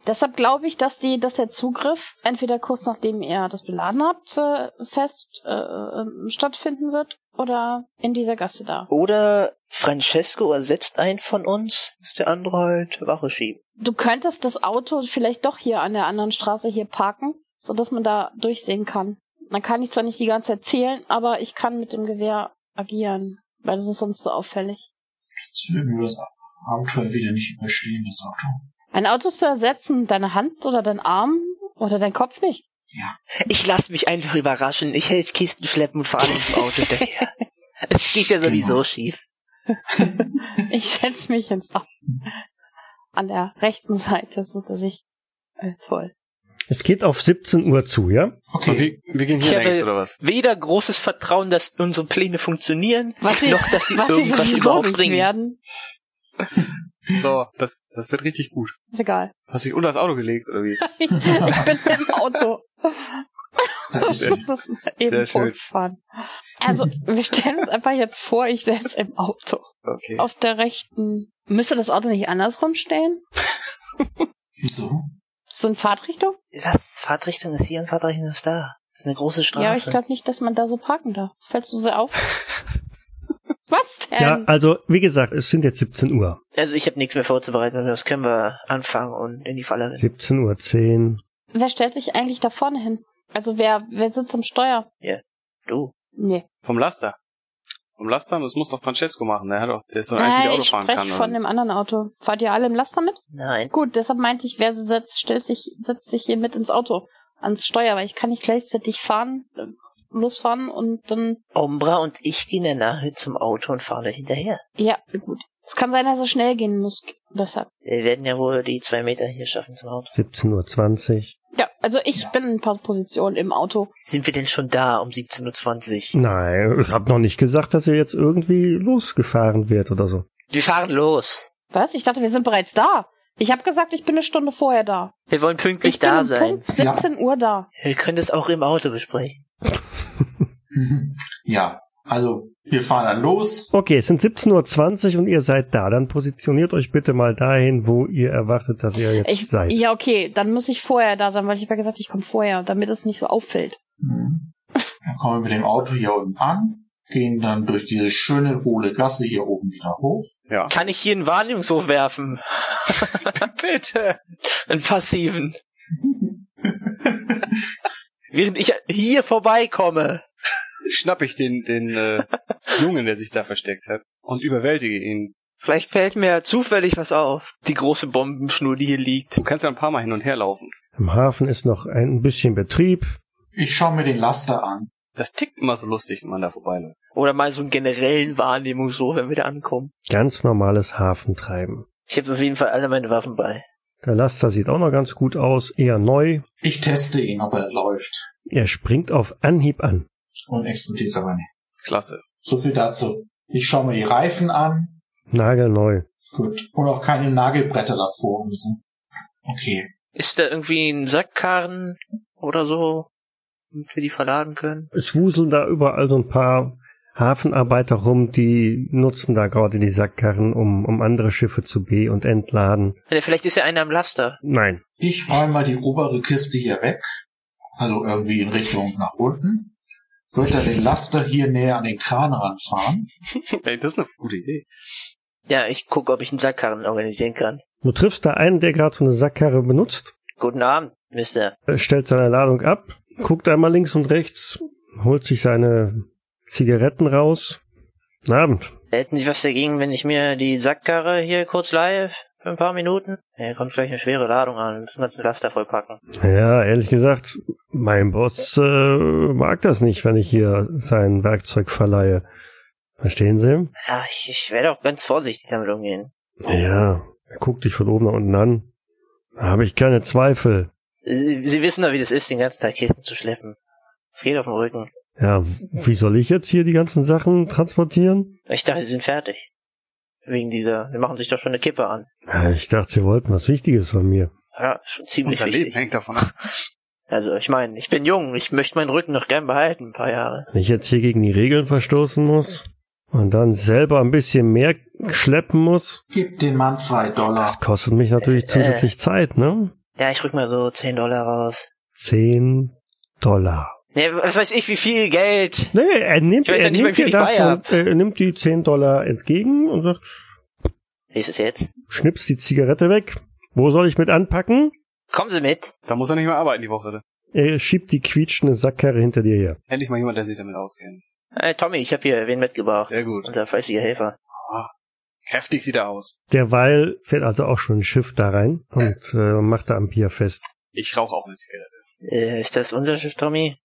Speaker 2: Deshalb glaube ich, dass die, dass der Zugriff entweder kurz nachdem ihr das beladen habt, äh, fest äh, ähm, stattfinden wird oder in dieser Gasse da.
Speaker 6: Oder Francesco ersetzt einen von uns, dass der andere halt Wache schieben.
Speaker 2: Du könntest das Auto vielleicht doch hier an der anderen Straße hier parken, sodass man da durchsehen kann. Dann kann ich zwar nicht die ganze Zeit zählen, aber ich kann mit dem Gewehr agieren, weil das ist sonst so auffällig.
Speaker 5: Das würden wir das Abenteuer wieder nicht überstehen, das Auto.
Speaker 2: Ein Auto zu ersetzen, deine Hand oder dein Arm oder dein Kopf nicht.
Speaker 6: Ich lasse mich einfach überraschen. Ich helfe Kisten schleppen und fahre mit dem Auto daher. Es geht ja sowieso schief.
Speaker 2: Ich setz mich ins Auto. An der rechten Seite, so dass ich äh, voll.
Speaker 1: Es geht auf 17 Uhr zu, ja?
Speaker 4: So,
Speaker 5: Okay,
Speaker 4: wir, wir gehen hier
Speaker 6: Ich
Speaker 4: längs,
Speaker 6: habe-
Speaker 4: oder was?
Speaker 6: weder großes Vertrauen, dass unsere Pläne funktionieren,
Speaker 2: Was sie-
Speaker 6: noch dass sie
Speaker 2: Was sie
Speaker 6: irgendwas
Speaker 2: sowieso
Speaker 6: überhaupt
Speaker 2: nicht
Speaker 6: bringen.
Speaker 2: werden.
Speaker 4: So, das, das wird richtig gut.
Speaker 2: Ist egal.
Speaker 4: Hast dich unter das Auto gelegt, oder wie?
Speaker 2: Ich, ich bin im Auto.
Speaker 5: da ist sie.
Speaker 2: Das ist mal eben
Speaker 4: Sehr schön.
Speaker 2: hochfahren. Also, wir stellen uns einfach jetzt vor, ich sitze im Auto.
Speaker 4: Okay.
Speaker 2: Auf der rechten. Müsste das Auto nicht andersrum stehen?
Speaker 5: Wieso?
Speaker 2: So in Fahrtrichtung?
Speaker 6: Was? Fahrtrichtung ist hier und Fahrtrichtung ist da.
Speaker 4: Ah,
Speaker 6: Das ist eine große Straße.
Speaker 2: Ja, aber ich glaube nicht, dass man da so parken darf. Das fällt so sehr auf. Was? Ähm.
Speaker 1: ja,
Speaker 4: äh
Speaker 1: also wie gesagt, es sind jetzt 17 Uhr.
Speaker 6: Also ich habe nichts mehr vorzubereiten, das können wir anfangen und in die Falle rennen.
Speaker 1: 17 Uhr 10.
Speaker 2: Wer stellt sich eigentlich da vorne hin? Also wer, wer sitzt am Steuer?
Speaker 6: Du.
Speaker 2: Nee.
Speaker 4: Vom Laster. Vom Laster, das muss doch Francesco machen. Der, hat doch, der ist doch der Einzige, der Auto
Speaker 2: ich
Speaker 4: fahren
Speaker 2: spreche
Speaker 4: kann.
Speaker 2: von
Speaker 4: oder?
Speaker 2: dem anderen Auto. Fahrt ihr alle im Laster mit?
Speaker 6: Nein.
Speaker 2: Gut, deshalb meinte ich, wer sitzt, stellt sich, setzt sich hier mit ins Auto, ans Steuer, weil ich kann nicht gleichzeitig fahren, äh, losfahren und dann,
Speaker 6: Ombra und ich gehen dann nachher zum Auto und fahren da hinterher.
Speaker 2: ja, gut. Es kann sein, dass er schnell gehen muss, deshalb.
Speaker 6: Wir werden ja wohl die zwei Meter hier schaffen zum Auto.
Speaker 1: 17 Uhr 20.
Speaker 2: Ja, also ich bin in ein paar Positionen im Auto.
Speaker 6: Sind wir denn schon da um 17.20 Uhr?
Speaker 1: Nein, ich habe noch nicht gesagt, dass ihr jetzt irgendwie losgefahren wird oder so.
Speaker 6: Wir fahren los.
Speaker 2: Was? Ich dachte, wir sind bereits da. Ich habe gesagt, ich bin eine Stunde vorher da.
Speaker 6: Wir wollen pünktlich
Speaker 2: ich bin
Speaker 6: da
Speaker 2: um
Speaker 6: sein.
Speaker 2: Punkt 17 Uhr da.
Speaker 6: Wir können das auch im Auto besprechen.
Speaker 5: Mhm. ja, also wir fahren dann los.
Speaker 1: Okay, es sind 17.20 Uhr und ihr seid da. Dann positioniert euch bitte mal dahin, wo ihr erwartet, dass ihr jetzt
Speaker 2: Ich,
Speaker 1: seid.
Speaker 2: ja, okay, dann muss ich vorher da sein, weil ich habe ja gesagt, ich komme vorher, damit es nicht so auffällt.
Speaker 5: Mhm. Dann kommen wir mit dem Auto hier unten an, gehen dann durch diese schöne hohle Gasse hier oben wieder hoch.
Speaker 4: Ja.
Speaker 6: Kann ich hier einen Wahrnehmungshof werfen?
Speaker 4: Bitte.
Speaker 6: Einen passiven. Während ich hier vorbeikomme.
Speaker 4: Schnapp ich den, den äh, Jungen, der sich da versteckt hat, und überwältige ihn.
Speaker 6: Vielleicht fällt mir ja zufällig was auf. Die große Bombenschnur, die hier liegt.
Speaker 4: Du kannst ja ein paar Mal hin und her laufen.
Speaker 1: Am Hafen ist noch ein bisschen Betrieb.
Speaker 5: Ich schaue mir den Laster an.
Speaker 4: Das tickt immer so lustig, wenn man da vorbeiläuft.
Speaker 6: Oder mal so einen generellen Wahrnehmungshof, wenn wir da ankommen.
Speaker 1: Ganz normales Hafentreiben.
Speaker 6: Ich habe auf jeden Fall alle meine Waffen bei.
Speaker 1: Der Laster sieht auch noch ganz gut aus, eher neu.
Speaker 5: Ich teste ihn, ob er läuft
Speaker 1: Er springt auf Anhieb an.
Speaker 5: und explodiert aber nicht.
Speaker 4: Klasse.
Speaker 5: So viel dazu. Ich schaue mir die Reifen an,
Speaker 1: Nagelneu.
Speaker 5: Gut. Und auch keine Nagelbretter davor müssen. Okay.
Speaker 6: Ist da irgendwie ein Sackkarren oder so, damit wir die verladen können?
Speaker 1: Es wuseln da überall so ein paar Hafenarbeiter rum, die nutzen da gerade die Sackkarren, um, um andere Schiffe zu be- und entladen.
Speaker 6: Oder vielleicht ist ja einer im Laster.
Speaker 1: Nein,
Speaker 5: Ich räume mal die obere Kiste hier weg. Also irgendwie in Richtung nach unten. Wird er den Laster hier näher an den Kran ranfahren?
Speaker 4: Ey, das ist eine gute Idee.
Speaker 6: Ja, ich gucke, ob ich einen Sackkarren organisieren kann.
Speaker 1: du triffst da einen, der gerade so eine Sackkarre benutzt,
Speaker 6: Guten Abend, Mister.
Speaker 1: äh, stellt seine Ladung ab, guckt einmal links und rechts, holt sich seine Zigaretten raus. Guten Abend.
Speaker 6: Hätten Sie was dagegen, wenn ich mir die Sackkarre hier kurz leihe für ein paar Minuten? Ja, kommt gleich eine schwere Ladung an, wir müssen den ganzen Laster vollpacken.
Speaker 1: Ja, ehrlich gesagt, mein Boss äh, mag das nicht, wenn ich hier sein Werkzeug verleihe. Verstehen Sie?
Speaker 6: Ja, ich, ich werde auch ganz vorsichtig damit umgehen.
Speaker 1: Ja, er guckt dich von oben nach unten an. Da habe ich keine Zweifel.
Speaker 6: Sie, Sie wissen doch, wie das ist, den ganzen Tag Kisten zu schleppen. Es geht auf dem Rücken.
Speaker 1: Ja, w- wie soll ich jetzt hier die ganzen Sachen transportieren?
Speaker 6: Ich dachte, Sie sind fertig. Wegen dieser, wir machen sich doch schon eine Kippe an.
Speaker 1: Ja, ich dachte, Sie wollten was Wichtiges von mir.
Speaker 6: Ja, schon ziemlich
Speaker 4: Unser Leben
Speaker 6: wichtig.
Speaker 4: hängt davon ab.
Speaker 6: Also, ich meine, ich bin jung, ich möchte meinen Rücken noch gern behalten, ein paar Jahre.
Speaker 1: Wenn ich jetzt hier gegen die Regeln verstoßen muss und dann selber ein bisschen mehr schleppen muss,
Speaker 5: Gib den Mann zwei Dollar.
Speaker 1: das kostet mich natürlich
Speaker 6: Äh.
Speaker 1: zusätzlich Zeit, ne?
Speaker 6: Ja, ich rück mal so 10 Dollar raus.
Speaker 1: Zehn Dollar.
Speaker 6: Ne, was weiß ich, wie viel Geld?
Speaker 1: Nee, er nimmt,
Speaker 6: Ich weiß ja
Speaker 1: er
Speaker 6: nicht,
Speaker 1: nimmt
Speaker 6: wie viel
Speaker 1: dir
Speaker 6: ich
Speaker 1: das
Speaker 6: bei
Speaker 1: und, äh, er nimmt die 10 Dollar entgegen und sagt,
Speaker 6: Wie ist es jetzt?
Speaker 1: schnippst die Zigarette weg. Wo soll ich mit anpacken?
Speaker 6: Kommen Sie mit.
Speaker 4: Da muss er nicht mehr arbeiten die Woche. ne?
Speaker 1: Er schiebt die quietschende Sackkarre hinter dir her.
Speaker 4: Endlich mal jemand, der sich damit auskennt.
Speaker 6: Hey, Äh, Tommy, ich habe hier wen mitgebracht.
Speaker 4: Sehr gut.
Speaker 6: Unser fleißiger Helfer.
Speaker 4: Heftig sieht er aus.
Speaker 1: Derweil fährt also auch schon ein Schiff da rein und äh, macht da am Pier fest.
Speaker 4: Ich rauche auch eine Zigarette.
Speaker 6: Äh, ist das unser Schiff, Tommy?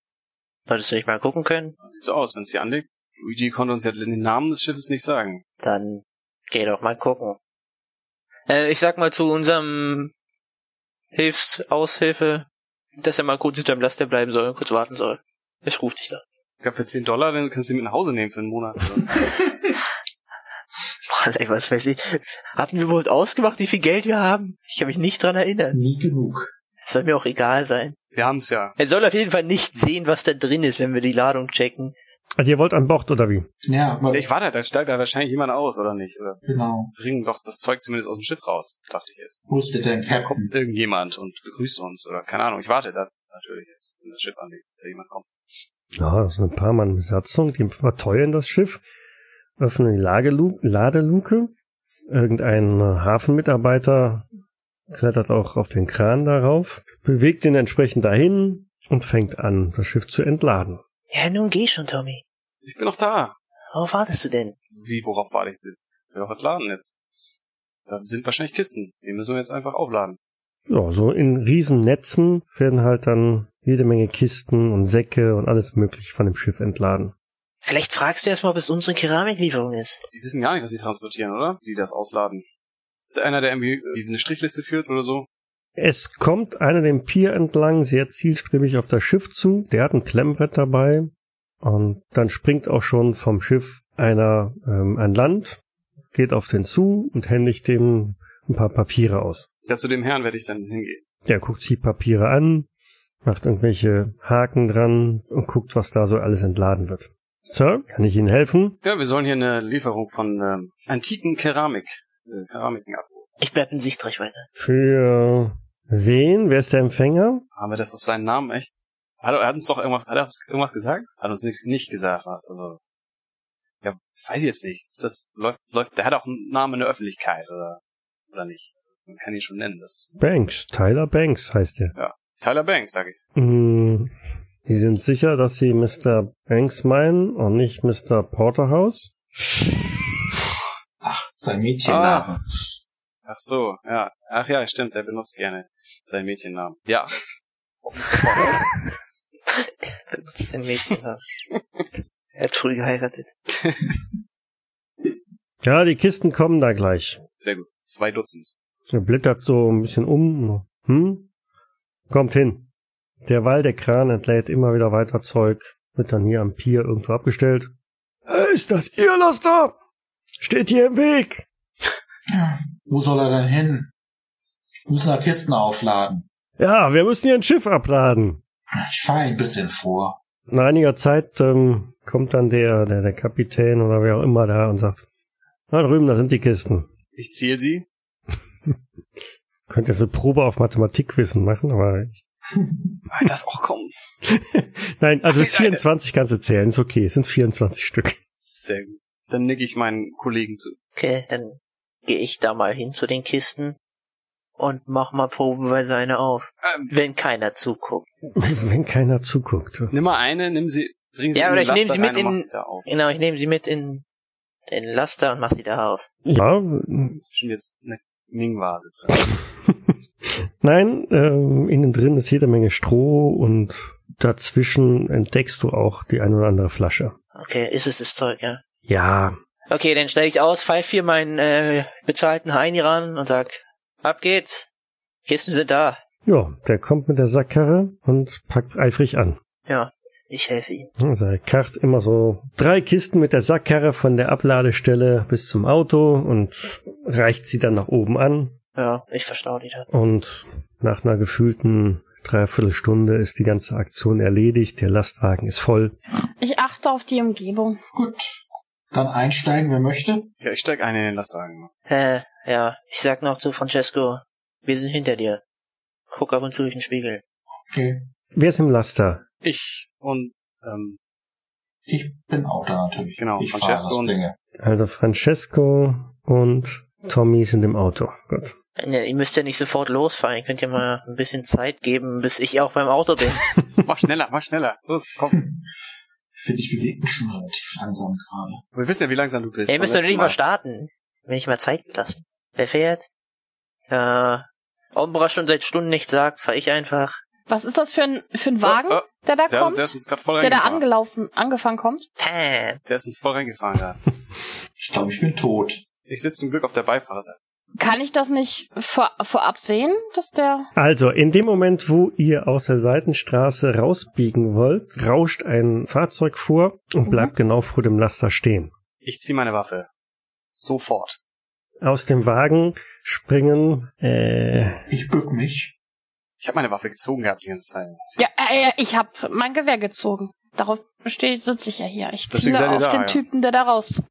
Speaker 6: Solltest du nicht mal gucken können?
Speaker 4: Sieht so aus, wenn sie anlegt. Luigi konnte uns ja den Namen des Schiffes nicht sagen.
Speaker 6: Dann geh doch mal gucken. Äh, ich sag mal zu unserem Hilfsaushilfe, dass er mal kurz hinterm Laster bleiben soll und kurz warten soll. Ich ruf dich da.
Speaker 4: Ich glaube, für 10 Dollar, dann kannst du ihn mit nach Hause nehmen für einen Monat.
Speaker 6: Mann, ey, was weiß ich. Hatten wir wohl ausgemacht, wie viel Geld wir haben? Ich kann mich nicht dran erinnern.
Speaker 5: Nie genug.
Speaker 6: Es soll mir auch egal sein.
Speaker 4: Wir haben's ja.
Speaker 6: Er soll auf jeden Fall nicht sehen, was da drin ist, wenn wir die Ladung checken.
Speaker 1: Also ihr wollt an Bord oder wie?
Speaker 5: Ja, aber
Speaker 4: Ich warte, da steigt da wahrscheinlich jemand aus, oder nicht? Oder
Speaker 5: genau.
Speaker 4: bringen doch das Zeug zumindest aus dem Schiff raus, dachte ich jetzt.
Speaker 5: Wo ist der denn
Speaker 4: Da kommt
Speaker 5: Captain?
Speaker 4: irgendjemand und begrüßt uns, oder keine Ahnung. Ich warte da natürlich jetzt, wenn das Schiff anlegt, dass da jemand kommt.
Speaker 1: Ja, das sind ein paar Mann Besatzung, die verteuern das Schiff öffne die Lagelu Ladeluke. Irgendein Hafenmitarbeiter klettert auch auf den Kran darauf, bewegt ihn entsprechend dahin und fängt an, das Schiff zu entladen.
Speaker 6: Ja, nun geh schon, Tommy.
Speaker 4: Ich bin noch da.
Speaker 6: Worauf wartest du denn?
Speaker 4: Wie, worauf warte ich denn? Ich will doch was laden jetzt. Da sind wahrscheinlich Kisten. Die müssen wir jetzt einfach aufladen.
Speaker 1: Ja, so in Riesennetzen werden halt dann jede Menge Kisten und Säcke und alles mögliche von dem Schiff entladen.
Speaker 6: Vielleicht fragst du erstmal, ob es unsere Keramiklieferung ist.
Speaker 4: Die wissen gar nicht, was sie transportieren, oder? Die das ausladen. Ist da einer, der irgendwie eine Strichliste führt oder so?
Speaker 1: Es kommt einer dem Pier entlang, sehr zielstrebig auf das Schiff zu. Der hat ein Klemmbrett dabei. Und dann springt auch schon vom Schiff einer ähm, an Land, geht auf den zu und händigt dem ein paar Papiere aus.
Speaker 4: Ja, zu dem Herrn werde ich dann hingehen.
Speaker 1: Der guckt sich die Papiere an, macht irgendwelche Haken dran und guckt, was da so alles entladen wird. Sir, kann ich Ihnen helfen?
Speaker 4: Ja, wir sollen hier eine Lieferung von ähm, antiken Keramik, äh, Keramiken abholen.
Speaker 6: Ich bleib in Sichtreichweite.
Speaker 1: Für wen? Wer ist der Empfänger?
Speaker 4: Haben wir das auf seinen Namen echt? Hat er, er hat uns doch irgendwas, hat er uns irgendwas gesagt? Hat uns nichts nicht gesagt, was, also. Ja, weiß ich jetzt nicht. Ist das, läuft, läuft, der hat auch einen Namen in der Öffentlichkeit, oder, oder nicht? Also, man kann ihn schon nennen, das ist,
Speaker 1: Banks, Tyler Banks heißt er.
Speaker 4: Tyler Banks, sage ich.
Speaker 1: Hm, Sie sind sicher, dass Sie Mr. Banks meinen und nicht Mr. Porterhouse?
Speaker 5: Ach, sein Mädchenname.
Speaker 4: Ach so, ja. Ach ja, stimmt, er benutzt gerne seinen Mädchennamen. Ja. Oh, Mr. Porterhouse.
Speaker 6: Benutzt den Mädchennamen. er hat früh geheiratet.
Speaker 1: Ja, die Kisten kommen da gleich.
Speaker 4: Sehr gut. Zwei Dutzend.
Speaker 1: Er blättert so ein bisschen um. Hm? Kommt hin. Derweil der Kran entlädt immer wieder weiter Zeug, wird dann hier am Pier irgendwo abgestellt. Hey, ist das Ihr Laster? Steht hier im Weg.
Speaker 5: Wo soll er denn hin? Wir müssen da Kisten aufladen.
Speaker 1: Ja, wir müssen hier ein Schiff abladen.
Speaker 5: Ich fahre ein bisschen vor.
Speaker 1: Nach einiger Zeit ähm, kommt dann der, der, der Kapitän oder wer auch immer da und sagt, na drüben, da sind die Kisten.
Speaker 4: Ich zähle sie.
Speaker 1: Könnt ihr so eine Probe auf Mathematikwissen machen, aber ich,
Speaker 4: Ach, Ah, das auch kommen.
Speaker 1: nein, also
Speaker 4: Ach,
Speaker 1: es ist
Speaker 4: die eine.
Speaker 1: 24 kannst du zählen, ist okay, es sind 24 Stück.
Speaker 4: Sehr gut. Dann nick ich meinen Kollegen zu.
Speaker 6: Okay, dann gehe ich da mal hin zu den Kisten und mach mal probenweise eine auf.
Speaker 4: Ähm,
Speaker 6: Wenn keiner zuguckt.
Speaker 1: Wenn keiner zuguckt.
Speaker 4: nimm mal eine, nimm sie, bring sie
Speaker 6: Ja,
Speaker 4: in
Speaker 6: oder
Speaker 4: den
Speaker 6: ich nehm
Speaker 4: Laster
Speaker 6: sie mit
Speaker 4: rein und mach
Speaker 6: in-
Speaker 4: sie da auf.
Speaker 6: Genau, ich nehme sie mit in den Laster und mach sie da auf.
Speaker 1: Ja,
Speaker 4: Ist bestimmt jetzt eine Ming-Vase drin.
Speaker 1: nein, ähm, innen drin ist jede Menge Stroh und dazwischen entdeckst du auch die ein oder andere Flasche.
Speaker 6: Okay, ist es das Zeug, ja.
Speaker 1: Ja,
Speaker 6: Okay, dann stell ich aus, pfeif hier meinen äh, bezahlten Heini ran und sag, ab geht's. Kisten sind da.
Speaker 1: ja, der kommt mit der Sackkarre und packt eifrig an.
Speaker 6: Ja, ich helfe ihm.
Speaker 1: Also er karrt immer so drei Kisten mit der Sackkarre von der Abladestelle bis zum Auto und reicht sie dann nach oben an.
Speaker 6: Ja, ich verstau die da.
Speaker 1: Und nach einer gefühlten Dreiviertelstunde ist die ganze Aktion erledigt. Der Lastwagen ist voll.
Speaker 2: Ich achte auf die Umgebung.
Speaker 5: Gut. Dann einsteigen, wer möchte.
Speaker 4: Ja, ich steig eine in den Laster rein. genau.
Speaker 6: Äh, ja, ich sag noch zu Francesco, wir sind hinter dir. Guck ab und zu durch den Spiegel.
Speaker 5: Okay.
Speaker 1: Wer ist im Laster?
Speaker 4: Ich und, ähm,
Speaker 5: Ich bin auch da natürlich.
Speaker 4: Genau,
Speaker 5: Ich fahre
Speaker 4: Francesco
Speaker 5: das
Speaker 4: und-
Speaker 5: Ding.
Speaker 1: Also Francesco und Tommy sind im Auto. Gut.
Speaker 6: Ne, ihr müsst ja nicht sofort losfahren, ihr könnt ja mal ein bisschen Zeit geben, bis ich auch beim Auto bin.
Speaker 4: mach schneller, mach schneller. Los, komm.
Speaker 5: Finde ich bewegt mich schon relativ langsam gerade.
Speaker 4: Wir wissen ja, wie langsam du bist.
Speaker 6: ihr müsst doch
Speaker 4: Beim
Speaker 6: nicht
Speaker 4: letzten
Speaker 6: mal starten, wenn ich mal Zeit lasse. Wer fährt? Äh, Ombra schon seit Stunden nicht sagt, fahr ich einfach.
Speaker 2: Was ist das für ein, für
Speaker 6: Äh,
Speaker 2: ein
Speaker 4: Oh,
Speaker 2: Wagen,
Speaker 4: oh,
Speaker 2: der da
Speaker 4: Der,
Speaker 2: kommt?
Speaker 4: der ist uns gerade voll
Speaker 2: der da
Speaker 4: reingefahren. Der,
Speaker 2: angelaufen, angefangen kommt?
Speaker 6: Pam.
Speaker 4: ist uns voll reingefahren gerade.
Speaker 5: Ich glaube, ich bin tot.
Speaker 4: Ich sitze zum Glück auf der Beifahrerseite.
Speaker 2: Kann ich das nicht vor, vorab sehen, dass der...
Speaker 1: Also, in dem Moment, wo ihr aus der Seitenstraße rausbiegen wollt, rauscht ein Fahrzeug vor und
Speaker 2: Mhm.
Speaker 1: bleibt genau vor dem Laster stehen.
Speaker 4: Ich zieh meine Waffe. Sofort.
Speaker 1: Aus dem Wagen springen, äh,
Speaker 5: Ich bück mich.
Speaker 4: Ich habe meine Waffe gezogen gehabt die ganze Zeit. Das ist
Speaker 2: Ja, äh, äh, ich hab mein Gewehr gezogen. Darauf steht, sitze ich ja hier. Ich
Speaker 4: Deswegen
Speaker 2: ziele
Speaker 4: seid ihr
Speaker 2: auf
Speaker 4: da,
Speaker 2: den
Speaker 4: ja.
Speaker 2: Typen, der da raus,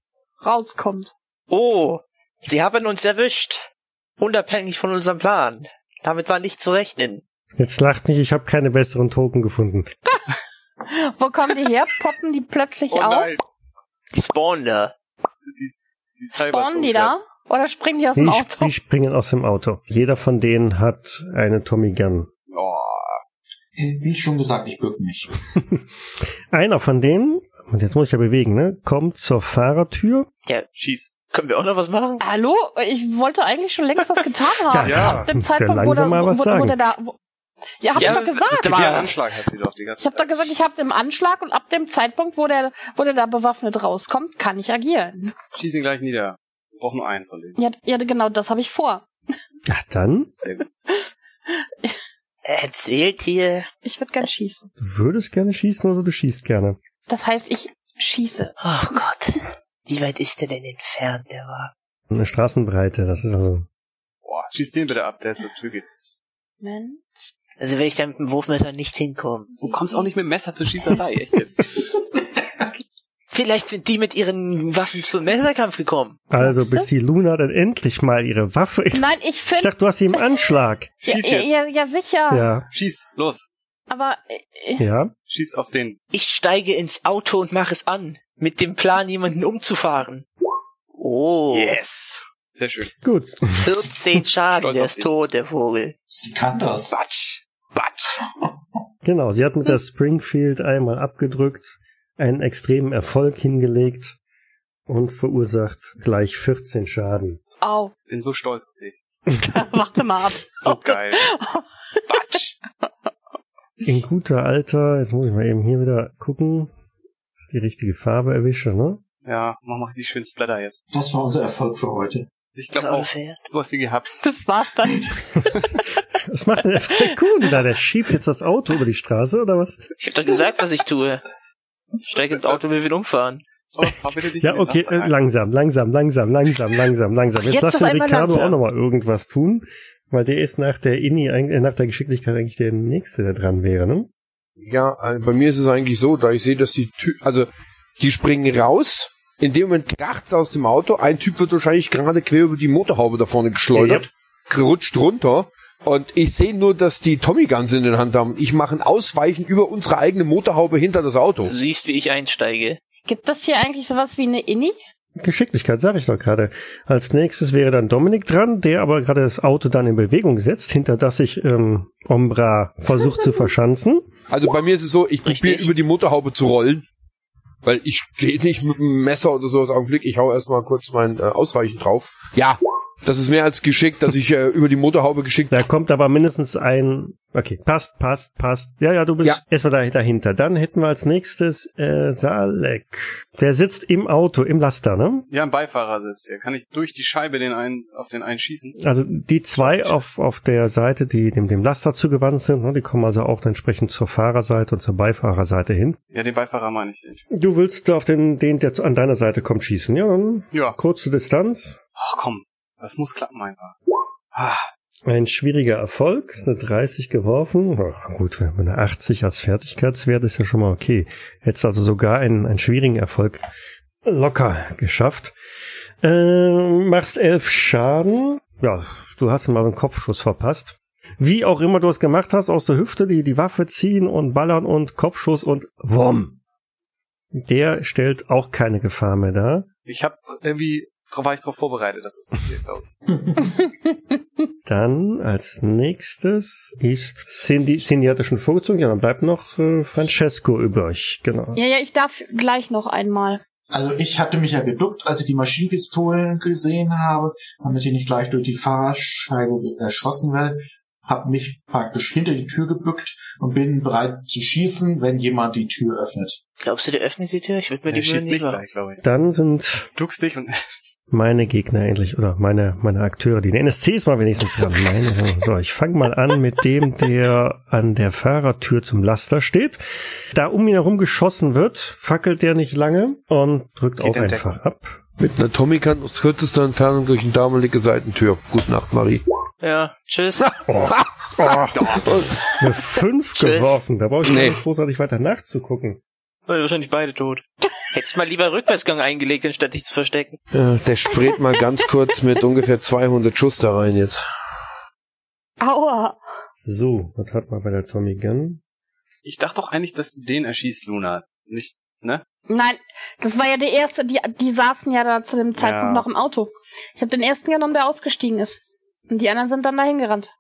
Speaker 2: rauskommt.
Speaker 6: Oh, sie haben uns erwischt. Unabhängig von unserem Plan. Damit war nicht zu rechnen.
Speaker 1: jetzt lacht nicht, ich habe keine besseren Token gefunden.
Speaker 2: Wo kommen die her? Poppen die plötzlich
Speaker 4: Oh
Speaker 2: auf?
Speaker 4: nein.
Speaker 6: Die spawnen da.
Speaker 4: Die, die
Speaker 2: Spawnen die da? Oder springen die aus dem
Speaker 1: Die,
Speaker 2: Auto?
Speaker 1: die springen aus dem Auto. Jeder von denen hat eine Tommy Gun.
Speaker 4: Oh,
Speaker 5: Äh, Wie schon gesagt, ich bück mich.
Speaker 1: Einer von denen, und jetzt muss ich ja bewegen, ne, kommt zur Fahrertür.
Speaker 4: schieß.
Speaker 6: Können wir auch noch was machen?
Speaker 2: Hallo? Ich wollte eigentlich schon längst was getan haben.
Speaker 4: Ja,
Speaker 2: Ab Ah, dem
Speaker 1: muss der
Speaker 2: Zeitpunkt, wo,
Speaker 1: langsam
Speaker 2: der,
Speaker 1: mal
Speaker 2: wo,
Speaker 1: was
Speaker 2: wo, wo
Speaker 1: sagen.
Speaker 2: der da... Wo, ja, hab's
Speaker 6: Ja,
Speaker 2: doch gesagt.
Speaker 4: Das ist der
Speaker 6: Mann.
Speaker 4: Anschlag hat sie doch die ganze
Speaker 2: Ich habe doch
Speaker 4: Zeit.
Speaker 2: gesagt, ich habe es im Anschlag und ab dem Zeitpunkt, wo der, wo der da bewaffnet rauskommt, kann ich agieren.
Speaker 4: Schieß ihn gleich nieder. Wir brauchen nur einen von denen.
Speaker 2: Ja, ja genau das habe ich vor.
Speaker 1: Ja, dann
Speaker 4: Sehr gut.
Speaker 6: Erzählt hier.
Speaker 2: Ich würde gern schießen.
Speaker 1: du würdest gerne schießen oder du schießt gerne.
Speaker 2: Das heißt, ich schieße.
Speaker 6: Oh Gott. Wie weit ist der denn entfernt, der Wagen?
Speaker 1: Eine Straßenbreite, das ist also.
Speaker 4: Boah, schieß den bitte ab, der ist so zügig.
Speaker 2: Moment.
Speaker 6: Also werde ich da mit dem Wurfmesser nicht hinkommen.
Speaker 4: Du kommst auch nicht mit dem Messer zur Schießerei, echt jetzt.
Speaker 6: Vielleicht sind die mit ihren Waffen zum Messerkampf gekommen.
Speaker 1: Also,
Speaker 2: Glaubst
Speaker 1: bis
Speaker 2: du?
Speaker 1: die Luna dann endlich mal ihre Waffe. Ich,
Speaker 2: Nein, ich
Speaker 1: ich
Speaker 2: finde.
Speaker 1: dachte, du hast sie im Anschlag.
Speaker 2: Ja,
Speaker 4: Schieß
Speaker 2: ja,
Speaker 4: jetzt.
Speaker 2: ja, ja, sicher.
Speaker 1: Ja,
Speaker 4: Schieß, los.
Speaker 2: Aber äh,
Speaker 1: ja.
Speaker 4: Schieß auf den.
Speaker 6: Ich steige ins Auto und mache es an. Mit dem Plan, jemanden umzufahren. Oh.
Speaker 4: Yes. Sehr schön.
Speaker 1: Gut.
Speaker 6: 14 Schaden,
Speaker 4: Stolz
Speaker 6: der
Speaker 4: auf
Speaker 6: ist
Speaker 4: dich.
Speaker 6: tot, der Vogel.
Speaker 5: Sie kann das.
Speaker 4: Batsch. Batsch.
Speaker 1: Genau, sie hat mit der Springfield einmal abgedrückt, einen extremen Erfolg hingelegt und verursacht gleich 14 Schaden.
Speaker 2: au,
Speaker 4: Bin so stolz auf dich.
Speaker 2: warte mal ab.
Speaker 4: So geil. Batsch.
Speaker 1: In guter Alter, jetzt muss ich mal eben hier wieder gucken, die richtige Farbe erwische, ne?
Speaker 4: Ja, mach mal die schönen Splatter jetzt.
Speaker 5: Das war unser Erfolg für heute.
Speaker 4: Ich
Speaker 6: Das
Speaker 4: glaube auch, du hast sie gehabt.
Speaker 2: Das war's dann.
Speaker 1: Was macht denn der Kuhn da? Der schiebt jetzt das Auto über die Straße oder was?
Speaker 6: Ich hab doch gesagt, was ich tue. Ich steige ins Auto, will wen umfahren.
Speaker 4: Aber Oh, fahr bitte nicht
Speaker 1: Ja,
Speaker 4: in den
Speaker 1: okay,
Speaker 4: Laster
Speaker 1: äh,
Speaker 4: rein.
Speaker 1: langsam, langsam, langsam, langsam, langsam, langsam.
Speaker 6: Ach,
Speaker 1: Jetzt
Speaker 6: jetzt
Speaker 1: lass
Speaker 6: auf
Speaker 1: den
Speaker 6: einmal
Speaker 1: Ricardo auch
Speaker 6: langsam.
Speaker 1: nochmal irgendwas tun, weil der ist nach der Inni, eig- äh, nach der Geschicklichkeit eigentlich der nächste, der dran wäre, ne?
Speaker 3: Ja, äh, bei mir ist es eigentlich so, da ich sehe, dass die Ty also die springen raus, in dem Moment kracht's aus dem Auto, ein Typ wird wahrscheinlich gerade quer über die Motorhaube da vorne geschleudert, gerutscht runter und ich sehe nur, dass die Tommy Guns in den Hand haben. Ich mache ein Ausweichen über unsere eigene Motorhaube hinter das Auto.
Speaker 6: Du siehst, wie ich einsteige.
Speaker 2: Gibt das hier eigentlich sowas wie eine Inni?
Speaker 1: Geschicklichkeit, sag ich doch gerade. Als nächstes wäre dann Dominik dran, der aber gerade das Auto dann in Bewegung setzt, hinter das sich ähm, Ombra versucht zu verschanzen.
Speaker 3: Also bei mir ist es so, ich probiere
Speaker 6: Richtig.
Speaker 3: über die Motorhaube zu rollen, weil ich gehe nicht mit dem Messer oder sowas auf den Blick. Ich hau erstmal kurz mein äh, Ausweichen drauf. Ja, das ist mehr als geschickt, dass ich äh, über die Motorhaube geschickt
Speaker 1: Da kommt aber mindestens ein. Okay, passt, passt, passt. Ja, ja, du bist
Speaker 3: Ja.
Speaker 1: erstmal da, dahinter. Dann hätten wir als nächstes äh, Salek. Der sitzt im Auto, im Laster, ne?
Speaker 4: Ja, ein Beifahrersitz hier. Kann ich durch die Scheibe den einen, auf den einen schießen?
Speaker 1: Also die zwei auf, auf der Seite, die dem, dem Laster zugewandt sind, ne? die kommen also auch entsprechend zur Fahrerseite und zur Beifahrerseite hin.
Speaker 4: Ja, den Beifahrer meine ich nicht.
Speaker 1: Du willst auf den, den, der zu- an deiner Seite kommt, schießen. Ja, dann
Speaker 4: Ja.
Speaker 1: kurze Distanz.
Speaker 4: Ach komm, das muss klappen einfach. Ah,
Speaker 1: Ein schwieriger Erfolg, ist eine 30 geworfen. Ach, gut, wenn man eine 80 als Fertigkeitswert ist ja schon mal okay. Hättest also sogar einen, einen schwierigen Erfolg locker geschafft. Ähm, machst elf Schaden. Ja, du hast mal so einen Kopfschuss verpasst. Wie auch immer du es gemacht hast, aus der Hüfte die, die Waffe ziehen und ballern und Kopfschuss und Wurm. Der stellt auch keine Gefahr mehr dar.
Speaker 4: ich hab irgendwie, drauf war ich drauf vorbereitet, dass das passiert, glaube ich.
Speaker 1: Dann als nächstes ist Cindy. Cindy hatte schon vorgezogen, ja, dann bleibt noch äh, Francesco übrig, genau.
Speaker 2: Ja, ja, ich darf gleich noch einmal.
Speaker 5: Also ich hatte mich ja geduckt, als ich die Maschinenpistolen gesehen habe, damit ich nicht gleich durch die Fahrerscheibe erschossen werde, habe mich praktisch hinter die Tür gebückt und bin bereit zu schießen, wenn jemand die Tür öffnet.
Speaker 6: Glaubst du, der öffnet die Tür? Ich würde mir
Speaker 4: Der
Speaker 6: die Mühe
Speaker 4: schießt mich
Speaker 6: nicht machen.
Speaker 4: gleich, glaube ich.
Speaker 1: Dann sind
Speaker 4: Duckst dich und
Speaker 1: meine Gegner endlich, oder meine, meine Akteure, die NSC ist mal wenigstens dran. Meine, so, ich fange mal an mit dem, der an der Fahrertür zum Laster steht. Da um ihn herum geschossen wird, fackelt der nicht lange und drückt
Speaker 4: Geht
Speaker 1: auch
Speaker 4: entdecken.
Speaker 1: einfach ab.
Speaker 3: Mit einer Tommy Gun aus kürzester Entfernung durch eine damalige Seitentür. Gute Nacht, Marie.
Speaker 6: Ja, tschüss.
Speaker 1: Oh, oh, eine 5
Speaker 6: Tschüss.
Speaker 1: geworfen, da brauche ich
Speaker 3: Nee.
Speaker 1: gar nicht großartig weiter nachzugucken.
Speaker 6: Weil wahrscheinlich beide tot. Hättest mal lieber Rückwärtsgang eingelegt, anstatt dich zu verstecken.
Speaker 3: Äh, der spräht mal ganz kurz mit ungefähr 200 Schuss da rein jetzt.
Speaker 2: Aua.
Speaker 1: So, was hat man bei der Tommy Gun?
Speaker 4: Ich dachte doch eigentlich, dass du den erschießt, Luna. Nicht, ne?
Speaker 2: Nein, das war ja der erste, die, die saßen ja da zu dem Zeitpunkt
Speaker 4: Ja.
Speaker 2: noch im Auto. Ich habe den ersten genommen, der ausgestiegen ist. Und die anderen sind dann dahin gerannt.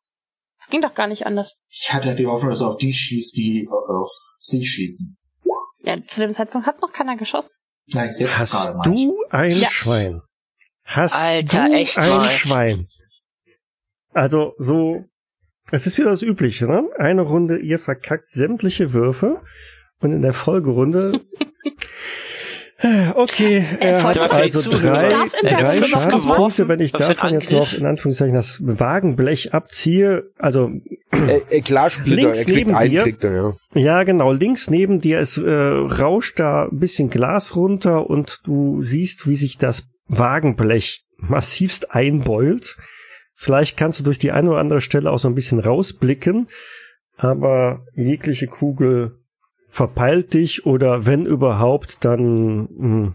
Speaker 2: Das ging doch gar nicht anders.
Speaker 5: Ich hatte ja die Hoffnung, dass er auf die schießt, die äh, auf sie schießen.
Speaker 2: Ja, zu dem Zeitpunkt hat noch keiner geschossen.
Speaker 5: Nein, jetzt
Speaker 1: Hast
Speaker 5: gerade mal.
Speaker 1: du ein
Speaker 2: Ja.
Speaker 1: Schwein? Hast
Speaker 6: Alter,
Speaker 1: du
Speaker 6: echt
Speaker 1: ein
Speaker 6: mal.
Speaker 1: Schwein? Also so, es ist wieder das Übliche, ne? Eine Runde, ihr verkackt sämtliche Würfe und in der Folgerunde. Okay, er hat
Speaker 2: Erfolg für die
Speaker 1: also
Speaker 6: Zuhörer.
Speaker 1: drei,
Speaker 6: Ich
Speaker 2: darf in der
Speaker 1: drei
Speaker 2: Runde noch
Speaker 1: Schadenspunkte,
Speaker 6: geworfen.
Speaker 1: wenn ich
Speaker 6: Was für ein
Speaker 1: davon jetzt noch
Speaker 6: Angriff?
Speaker 1: in Anführungszeichen das Wagenblech abziehe, also
Speaker 3: Äh, äh, klar, Splitter,
Speaker 1: Links
Speaker 3: er kriegt
Speaker 1: neben
Speaker 3: einen,
Speaker 1: dir.
Speaker 3: kriegt er, ja.
Speaker 1: ja, genau. Links neben dir es äh, rauscht da ein bisschen Glas runter und du siehst, wie sich das Wagenblech massivst einbeult. Vielleicht kannst du durch die eine oder andere Stelle auch so ein bisschen rausblicken, aber jegliche Kugel verpeilt dich oder wenn überhaupt, dann hm, mh,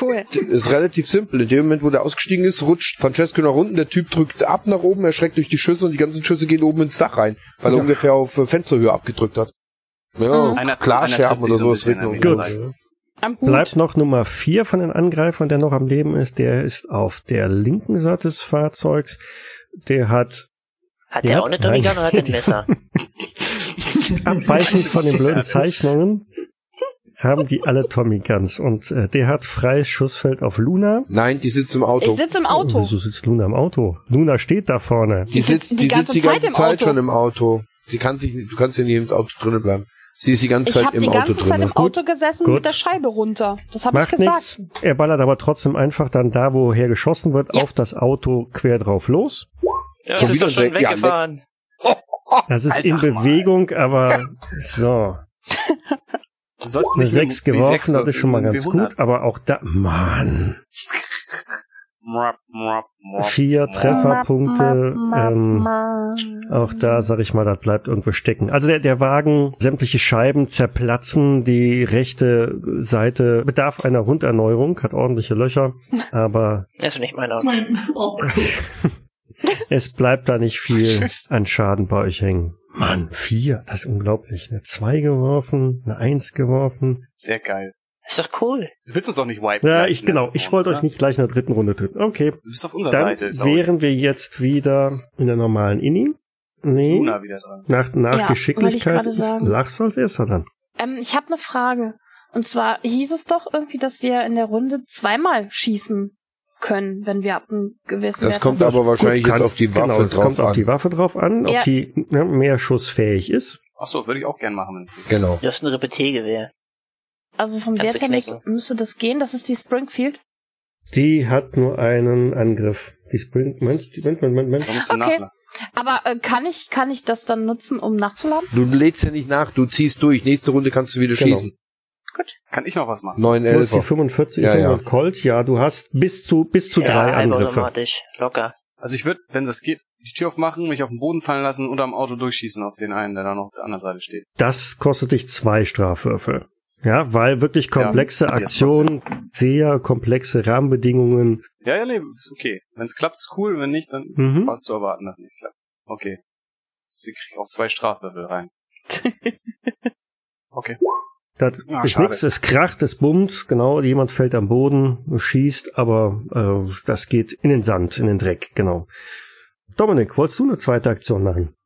Speaker 2: Cool.
Speaker 3: Ist relativ simpel. In dem Moment, wo der ausgestiegen ist, rutscht Francesco nach unten, der Typ drückt ab nach oben, erschreckt durch die Schüsse und die ganzen Schüsse gehen oben ins Dach rein, weil er
Speaker 1: Ja.
Speaker 3: ungefähr auf äh, Fensterhöhe abgedrückt hat. Ja,
Speaker 2: Mhm.
Speaker 4: Einer-
Speaker 3: klar,
Speaker 4: einer
Speaker 3: Scherben
Speaker 4: trifft
Speaker 3: oder
Speaker 4: dich so ein
Speaker 3: so, es
Speaker 4: bisschen
Speaker 3: regnet
Speaker 4: an
Speaker 3: um
Speaker 4: der
Speaker 3: die
Speaker 1: Gut.
Speaker 3: Seite.
Speaker 2: Am Hut.
Speaker 1: Bleibt noch Nummer vier von den Angreifern, der noch am Leben ist. Der ist auf der linken Seite des Fahrzeugs. Der hat
Speaker 6: Hat
Speaker 1: Ja,
Speaker 6: der auch eine Tommy
Speaker 1: nein.
Speaker 6: Gun oder hat er ein Messer?
Speaker 1: abweichend von den blöden Zeichnungen haben die alle Tommy Guns und äh, der hat freies Schussfeld auf Luna.
Speaker 3: Nein, die sitzt im
Speaker 2: Ich
Speaker 3: Auto.
Speaker 2: sitze im
Speaker 1: Oh,
Speaker 2: Auto.
Speaker 1: wieso sitzt Luna im Auto? Luna steht da vorne.
Speaker 3: Die sitzt die, sitzt die ganze Zeit schon im Auto. Sie kann sich, du kannst ja nicht im Auto drinnen bleiben. Sie ist die ganze
Speaker 2: Ich
Speaker 3: Zeit
Speaker 2: habe
Speaker 3: im
Speaker 2: die
Speaker 3: Auto
Speaker 2: ganze Zeit
Speaker 3: drinnen.
Speaker 2: im Auto gesessen
Speaker 1: Gut.
Speaker 2: mit der Scheibe runter. Das habe ich
Speaker 1: Macht
Speaker 2: gesagt.
Speaker 1: nichts. Er ballert aber trotzdem einfach dann da, woher geschossen wird,
Speaker 2: Ja.
Speaker 1: auf das Auto quer drauf los.
Speaker 6: Ja, es
Speaker 3: Schon
Speaker 6: ist doch
Speaker 3: wieder
Speaker 6: schon
Speaker 3: Jack- ja,
Speaker 6: weggefahren.
Speaker 2: Oh,
Speaker 1: Das ist
Speaker 4: Alter,
Speaker 1: in
Speaker 4: sag mal.
Speaker 1: Bewegung, aber so.
Speaker 4: Du sollst
Speaker 1: Eine
Speaker 4: nicht mit-
Speaker 1: 6
Speaker 4: mit
Speaker 1: geworfen,
Speaker 4: sechs
Speaker 1: das
Speaker 4: würfeln,
Speaker 1: ist schon mal
Speaker 4: mit
Speaker 1: ganz
Speaker 4: 100.
Speaker 1: gut, aber auch da, Mann.
Speaker 4: Mrap, mrap, mrap.
Speaker 1: Vier Trefferpunkte,
Speaker 2: Ma, ma,
Speaker 1: ähm,
Speaker 2: ma.
Speaker 1: Auch
Speaker 2: Mhm.
Speaker 1: da, sag ich mal, das bleibt irgendwo stecken. Also der, der Wagen, sämtliche Scheiben zerplatzen, die rechte Seite bedarf einer Runderneuerung, hat ordentliche Löcher, aber
Speaker 6: Das ist nicht mein Auto.
Speaker 5: Mein Auto.
Speaker 1: es bleibt da nicht viel
Speaker 4: Tschüss.
Speaker 1: an Schaden bei euch hängen. Mann, vier, das ist unglaublich. Eine zwei geworfen, eine eins geworfen.
Speaker 4: Sehr geil.
Speaker 6: Ist doch cool.
Speaker 4: Du willst uns doch nicht wipen.
Speaker 1: Ja,
Speaker 4: gleich
Speaker 1: ich,
Speaker 4: in der
Speaker 1: genau, ich wollte
Speaker 4: Runde,
Speaker 1: euch nicht gleich in der dritten Runde töten. Okay,
Speaker 4: oder? Du bist auf unserer
Speaker 1: dann
Speaker 4: Seite, glaube ich.
Speaker 1: wären wir jetzt wieder in der normalen Inni.
Speaker 4: Ist
Speaker 1: Nee,
Speaker 4: Luna wieder dran.
Speaker 1: nach, nach
Speaker 2: Ja,
Speaker 1: Geschicklichkeit
Speaker 2: wollte ich
Speaker 1: ist
Speaker 2: gerade sagen.
Speaker 1: Lachs als erster dann.
Speaker 2: Ähm, ich habe eine Frage. Und zwar hieß es doch irgendwie, dass wir in der Runde zweimal schießen können, wenn wir ab einem gewissen
Speaker 3: Das
Speaker 2: Wert
Speaker 3: kommt
Speaker 2: haben.
Speaker 3: aber wahrscheinlich
Speaker 1: Gut,
Speaker 3: jetzt auf die Waffe
Speaker 1: genau, es
Speaker 3: drauf
Speaker 1: kommt
Speaker 3: an.
Speaker 1: auf die Waffe drauf an, ob
Speaker 2: Ja.
Speaker 1: die ne, mehr schussfähig ist.
Speaker 4: Ach so, würde ich auch gern machen, wenn es geht.
Speaker 3: genau.
Speaker 6: Du hast ein Repetiergewehr.
Speaker 2: Also vom
Speaker 6: Kannst
Speaker 2: Wert
Speaker 6: du
Speaker 2: her müß,
Speaker 6: knicken.
Speaker 2: müsste das gehen. Das ist die Springfield.
Speaker 1: Die hat nur einen Angriff. Die Sprint, Moment, Moment, Moment, Moment.
Speaker 4: Da musst du
Speaker 2: Okay.
Speaker 4: nachladen.
Speaker 2: Aber äh, kann ich kann ich das dann nutzen, um nachzuladen?
Speaker 3: Du lädst ja nicht nach, du ziehst durch. Nächste Runde kannst du wieder
Speaker 1: Genau.
Speaker 3: schießen.
Speaker 4: Kann ich noch was machen?
Speaker 3: 9,
Speaker 1: Du hast
Speaker 3: 11.
Speaker 1: die 45
Speaker 3: Ja,
Speaker 1: ja,
Speaker 3: ja.
Speaker 1: Colt, ja, du hast bis zu, bis zu drei
Speaker 6: also
Speaker 1: Angriffe.
Speaker 6: halbautomatisch. Locker.
Speaker 4: Also ich würde, wenn das geht, die Tür aufmachen, mich auf den Boden fallen lassen und am Auto durchschießen auf den einen, der da noch auf der anderen Seite steht.
Speaker 1: Das kostet dich zwei Strafwürfel. Ja, weil wirklich komplexe
Speaker 4: Ja, jetzt
Speaker 1: Aktionen, sehr komplexe Rahmenbedingungen.
Speaker 4: Ja, ja, nee, ist okay. Wenn es klappt, ist cool. Wenn nicht, dann
Speaker 1: Mhm.
Speaker 4: war es zu erwarten, dass es nicht klappt. Okay. Deswegen krieg ich auch zwei Strafwürfel rein. Okay.
Speaker 1: Das
Speaker 4: Ah,
Speaker 1: ist
Speaker 4: schade.
Speaker 1: nichts, es kracht, es bummt, genau, jemand fällt am Boden, schießt, aber äh, das geht in den Sand, in den Dreck, genau. Dominik, wolltest du eine zweite Aktion machen?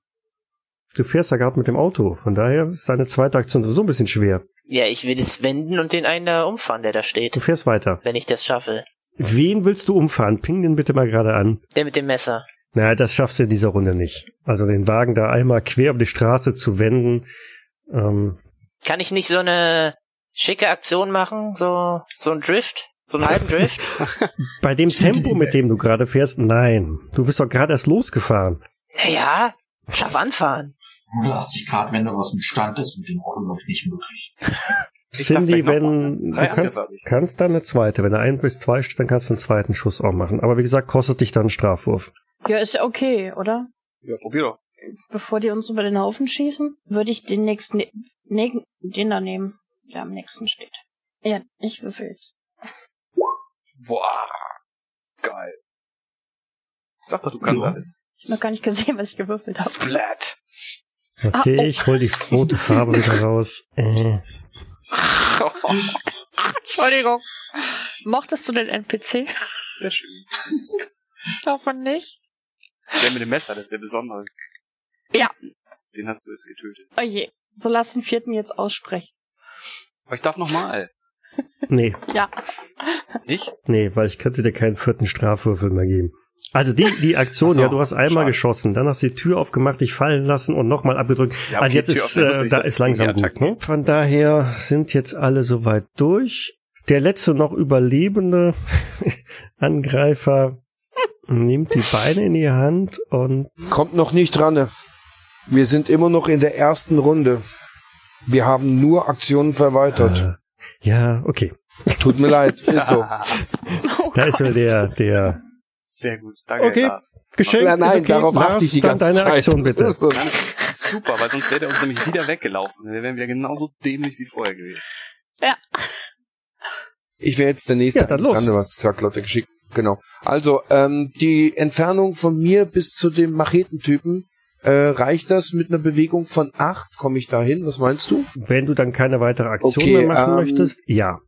Speaker 1: Du fährst ja gerade mit dem Auto, von daher ist deine zweite Aktion sowieso ein bisschen schwer.
Speaker 6: Ja, ich will das wenden und den einen da umfahren, der da
Speaker 1: Du
Speaker 6: steht.
Speaker 1: fährst weiter.
Speaker 6: Wenn ich das schaffe.
Speaker 1: Wen willst du umfahren? Ping den bitte mal gerade an.
Speaker 6: Der mit dem Messer.
Speaker 1: Na, das schaffst du in dieser Runde nicht. Also den Wagen da einmal quer um die Straße zu wenden, ähm,
Speaker 6: Kann ich nicht so eine schicke Aktion machen? So, so ein Drift? So einen halben Drift?
Speaker 1: bei dem Tempo, mit dem du gerade fährst, nein. Du bist doch gerade erst losgefahren.
Speaker 6: Naja, scharf anfahren.
Speaker 5: 180 Grad Wende, was mit Stand ist, mit dem Auto glaube ich nicht möglich.
Speaker 4: Ich darf
Speaker 1: Cindy,
Speaker 4: gleich noch machen.
Speaker 1: wenn
Speaker 4: Drei
Speaker 1: du
Speaker 4: Angriffe
Speaker 1: kannst,
Speaker 4: hab ich.
Speaker 1: kannst dann eine zweite. Wenn er ein bis zwei steht, dann kannst du einen zweiten Schuss auch machen. Aber wie gesagt, kostet dich dann einen Strafwurf.
Speaker 2: Ja, ist ja okay, oder?
Speaker 4: Ja, probier doch.
Speaker 2: Bevor die uns über den Haufen schießen, würde ich den nächsten ne ne den da nehmen, der am nächsten steht. Ja, ich würfel jetzt.
Speaker 4: Boah. Geil. Sag doch, du kannst
Speaker 5: Ja.
Speaker 4: alles.
Speaker 2: Ich hab noch gar nicht gesehen, was ich gewürfelt habe.
Speaker 4: Splat.
Speaker 1: Okay,
Speaker 2: Ah, oh.
Speaker 1: ich hol die rote Farbe wieder raus. Äh,
Speaker 2: Ach, Entschuldigung. Mochtest du den NPC?
Speaker 4: Sehr schön.
Speaker 2: Ich glaube nicht.
Speaker 4: Das ist der mit dem Messer, das ist der besondere.
Speaker 2: Ja.
Speaker 4: Den hast du jetzt getötet.
Speaker 2: Oh je. So lass den vierten jetzt aussprechen.
Speaker 4: Aber ich darf nochmal.
Speaker 1: Nee,
Speaker 2: Ja.
Speaker 4: Ich?
Speaker 1: nee, weil ich könnte dir keinen vierten Strafwürfel mehr geben. Also die, die Aktion,
Speaker 4: Ach so,
Speaker 1: ja, du hast einmal
Speaker 4: schade.
Speaker 1: geschossen, dann hast du die Tür aufgemacht, dich fallen lassen und nochmal abgedrückt.
Speaker 4: Ja,
Speaker 1: also
Speaker 4: okay,
Speaker 1: jetzt
Speaker 4: Tür
Speaker 1: ist,
Speaker 4: öffnen wusste
Speaker 1: äh,
Speaker 4: ich,
Speaker 1: da
Speaker 4: dass
Speaker 1: ist
Speaker 4: die
Speaker 1: langsam gut.
Speaker 4: Attacken-
Speaker 1: Ne? Von daher sind jetzt alle soweit durch. Der letzte noch überlebende Angreifer nimmt die Beine in die Hand und
Speaker 3: Kommt noch nicht dran. Wir sind immer noch in der ersten Runde. Wir haben nur Aktionen verweitert.
Speaker 1: äh, ja, okay.
Speaker 3: Tut mir leid.
Speaker 1: ne?
Speaker 3: Ist so.
Speaker 2: Oh
Speaker 1: Da ist ja der, der
Speaker 4: Sehr gut. Danke,
Speaker 1: Okay.
Speaker 4: Lars.
Speaker 1: Geschenk.
Speaker 3: Nein, nein,
Speaker 1: ist okay.
Speaker 3: darauf
Speaker 1: Lars,
Speaker 3: achte ich die
Speaker 1: dann
Speaker 3: ganze
Speaker 1: deine
Speaker 3: Zeit.
Speaker 1: Aktion bitte.
Speaker 3: Ist so.
Speaker 4: Nein, das ist super, weil sonst wäre der uns nämlich wieder weggelaufen. Wir wären wieder genauso dämlich wie vorher gewesen.
Speaker 3: Ich wäre jetzt der nächste.
Speaker 1: Ja, dann los.
Speaker 3: Alexander, was gesagt, Lotte geschickt. Genau. Also, ähm, die Entfernung von mir bis zu dem Machetentypen, äh, reicht das mit einer Bewegung von acht? Komme ich da hin? Was meinst du?
Speaker 1: Wenn du dann keine weitere Aktion
Speaker 3: Okay,
Speaker 1: mehr machen
Speaker 3: ähm,
Speaker 1: möchtest, ja.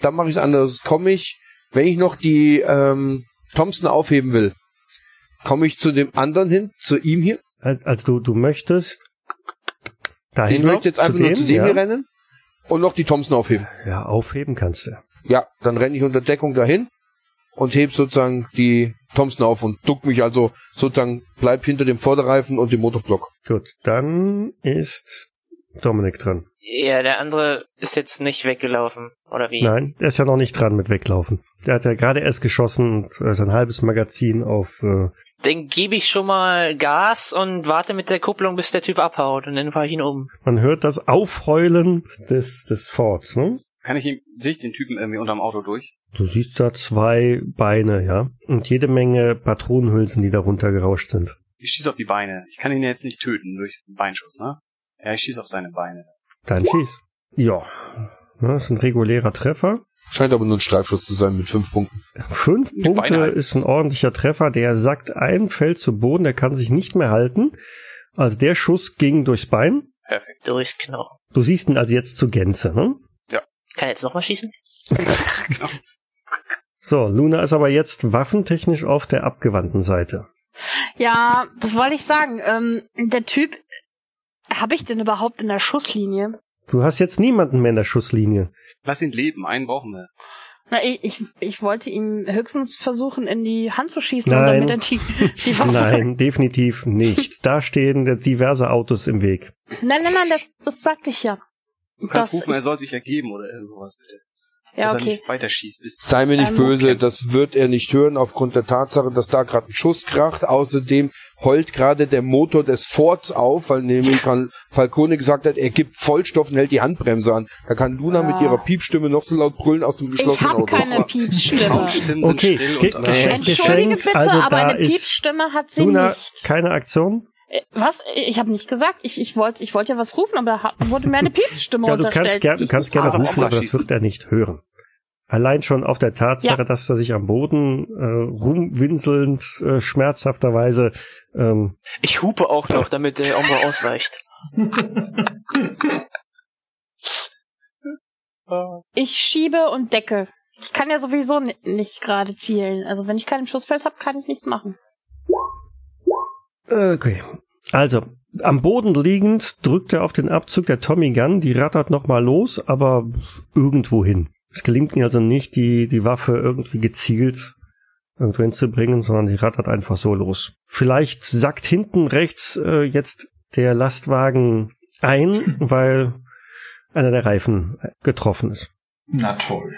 Speaker 3: Dann mache ich es anders. Komme ich, wenn ich noch die ähm, Thompson aufheben will, komme ich zu dem anderen hin, zu ihm hier?
Speaker 1: Al- Also du, du möchtest dahin
Speaker 3: Ich
Speaker 1: laufen,
Speaker 3: möchte jetzt einfach nur zu dem
Speaker 1: ja.
Speaker 3: hier rennen und noch die Thompson aufheben.
Speaker 1: Ja, aufheben kannst du.
Speaker 3: Ja, dann renne ich unter Deckung dahin und heb sozusagen die Thompson auf und duck mich also sozusagen, bleib hinter dem Vorderreifen und dem Motorblock.
Speaker 1: Gut, dann ist Dominik dran.
Speaker 6: Ja, der andere ist jetzt nicht weggelaufen, oder wie?
Speaker 1: Nein, er ist ja noch nicht dran mit weglaufen. Der hat ja gerade erst geschossen und äh, sein halbes Magazin auf. Äh,
Speaker 6: Dann gebe ich schon mal Gas und warte mit der Kupplung, bis der Typ abhaut und dann fahre ich ihn um.
Speaker 1: man hört das Aufheulen des des Forts. Ne?
Speaker 4: Kann ich ihn, sehe ich den Typen irgendwie unterm Auto durch?
Speaker 1: Du siehst da zwei Beine, ja, und jede Menge Patronenhülsen, die darunter gerauscht sind.
Speaker 4: Ich schieße auf die Beine. Ich kann ihn ja jetzt nicht töten durch einen Beinschuss, ne? Ja, ich schieße auf seine Beine.
Speaker 1: Dann schieß. Ja, ne, das ist ein regulärer Treffer.
Speaker 3: Scheint aber nur ein Streifschuss zu sein mit fünf Punkten.
Speaker 1: Fünf
Speaker 4: Die
Speaker 1: Punkte
Speaker 4: Beine halten.
Speaker 1: ist ein ordentlicher Treffer. Der sackt ein, fällt zu Boden, der kann sich nicht mehr halten. Also der Schuss ging durchs Bein.
Speaker 4: Perfekt.
Speaker 6: Durchs Knochen.
Speaker 1: Du siehst ihn also jetzt zu Gänze, ne?
Speaker 6: genau. Kann er jetzt nochmal schießen?
Speaker 1: So, Luna ist aber jetzt waffentechnisch auf der abgewandten Seite.
Speaker 2: Ja, das wollte ich sagen. Ähm, der Typ, habe ich den überhaupt in der Schusslinie?
Speaker 1: Du hast jetzt niemanden mehr in der Schusslinie.
Speaker 4: Lass ihn leben. Einen brauchen wir.
Speaker 2: Na, ich, ich, ich wollte ihm höchstens versuchen, in die Hand zu schießen,
Speaker 1: Nein.
Speaker 2: damit er die, die Waffe.
Speaker 1: Nein, definitiv nicht. Da stehen diverse Autos im Weg.
Speaker 2: nein, nein, nein, das, das sagte ich ja.
Speaker 4: Du kannst
Speaker 2: Das-
Speaker 4: rufen, er soll sich ergeben oder irgend sowas, bitte.
Speaker 2: Ja,
Speaker 4: Dass er
Speaker 2: okay.
Speaker 4: nicht weiterschießt bis zu...
Speaker 3: Sei mir nicht
Speaker 2: Ähm,
Speaker 3: böse,
Speaker 4: okay.
Speaker 3: das wird er nicht hören aufgrund der Tatsache, dass da gerade ein Schuss kracht. Außerdem heult gerade der Motor des Forts auf, weil nämlich Fal- Falcone gesagt hat, er gibt Vollstoff und hält die Handbremse an. Da kann Luna mit
Speaker 2: Ja.
Speaker 3: ihrer Piepstimme noch so laut brüllen aus dem
Speaker 2: Ich
Speaker 3: geschlossenen
Speaker 2: habe
Speaker 3: Auto.
Speaker 2: keine Piepsstimme.
Speaker 4: Stimmen sind
Speaker 1: Okay,
Speaker 4: still
Speaker 1: ge
Speaker 4: und
Speaker 1: geschenkt,
Speaker 2: Entschuldige
Speaker 1: geschenkt.
Speaker 2: bitte,
Speaker 1: also
Speaker 2: aber
Speaker 1: da
Speaker 2: eine
Speaker 1: ist
Speaker 2: Piepsstimme hat sie
Speaker 1: Luna
Speaker 2: nicht.
Speaker 1: keine Aktion.
Speaker 2: Äh, Was? Ich habe nicht gesagt. Ich, ich wollte ich wollte ja was rufen, aber da hat- wurde mir eine Piepsstimme
Speaker 1: Ja, du
Speaker 2: unterstellt.
Speaker 1: kannst, ger du kannst gerne
Speaker 4: Also auch
Speaker 1: rufen,
Speaker 4: mal
Speaker 1: aber das
Speaker 4: schießen.
Speaker 1: wird er nicht hören. Allein schon auf der Tatsache,
Speaker 2: Ja.
Speaker 1: dass er sich am Boden äh, rumwinselnd, äh, schmerzhafterweise ähm,
Speaker 6: Ich hupe auch noch, damit der Ombre ausweicht.
Speaker 2: Ich schiebe und decke. Ich kann ja sowieso ni- nicht gerade zielen. Also wenn ich keinen Schussfeld habe, kann ich nichts machen.
Speaker 1: äh, okay. Also, am Boden liegend drückt er auf den Abzug der Tommy Gun, die rattert nochmal los, aber irgendwo hin. Es gelingt ihm also nicht, die, die Waffe irgendwie gezielt irgendwo hinzubringen, sondern sie rattert einfach so los. Vielleicht sackt hinten rechts äh, jetzt der Lastwagen ein, weil einer der Reifen getroffen ist.
Speaker 5: Na toll.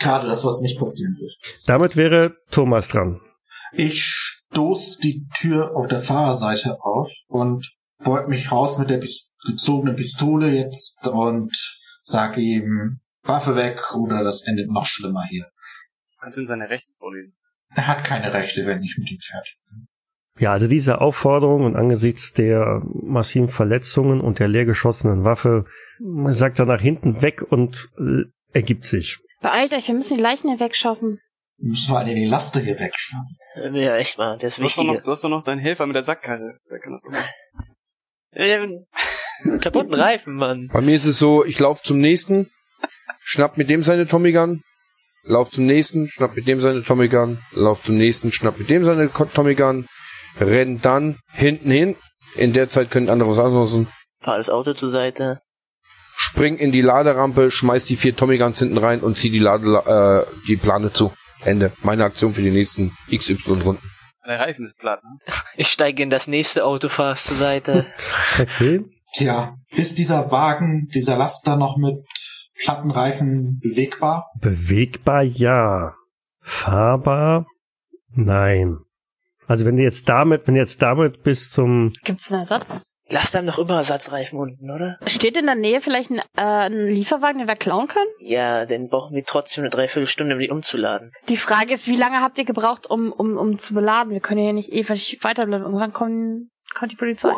Speaker 5: Gerade das, was nicht passieren wird.
Speaker 1: Damit wäre Thomas dran.
Speaker 5: Ich stoß die Tür auf der Fahrerseite auf und beug mich raus mit der Pis gezogenen Pistole jetzt und sag ihm, Waffe weg oder das endet noch schlimmer hier.
Speaker 4: Kannst ihm seine Rechte vorlesen.
Speaker 5: Er hat keine Rechte, wenn ich mit ihm fertig bin.
Speaker 1: Ja, also diese Aufforderung und angesichts der massiven Verletzungen und der leer geschossenen Waffe sagt er nach hinten weg und äh, ergibt sich.
Speaker 2: Beeilt euch, wir müssen die Leichen hier wegschaffen.
Speaker 5: Wir müssen vor allem die Laste hier wegschaffen.
Speaker 6: Äh, Ja, echt mal, das
Speaker 4: Du hast, doch noch,
Speaker 6: Wichtige.
Speaker 4: du hast doch noch deinen Helfer mit der Sackkarre. Der kann das so machen.
Speaker 6: Ähm, Kaputten Reifen, Mann.
Speaker 3: Bei mir ist es so, ich laufe zum nächsten, Schnapp mit dem seine Tommy Gun, lauf zum nächsten, schnapp mit dem seine Tommy Gun, lauf zum nächsten, schnapp mit dem seine Ko- Tommy Gun, renn dann hinten hin. In der Zeit können andere was anlassen.
Speaker 6: Fahr das Auto zur Seite.
Speaker 3: Spring in die Laderampe, schmeiß die vier Tommy Guns hinten rein und zieh die Lade, äh, die Plane zu. Ende. Meine Aktion für die nächsten XY-Runden.
Speaker 4: Der Reifen ist platt, ne?
Speaker 6: Ich steige in das nächste Auto, fahr es zur Seite.
Speaker 1: Okay.
Speaker 5: Tja, ist dieser Wagen, dieser Laster noch mit Plattenreifen bewegbar?
Speaker 1: Bewegbar ja. Fahrbar nein. Also wenn du jetzt damit, wenn du jetzt damit bis zum
Speaker 2: Gibt's einen Ersatz?
Speaker 6: Lass dann doch immer Ersatzreifen unten, oder?
Speaker 2: Steht in der Nähe vielleicht ein, äh, ein Lieferwagen, den wir klauen können?
Speaker 6: Ja, den brauchen wir trotzdem eine Dreiviertelstunde, um die umzuladen.
Speaker 2: Die Frage ist, wie lange habt ihr gebraucht, um, um, um zu beladen? Wir können ja nicht ewig weiterbleiben. Irgendwann kommen, kommt die Polizei.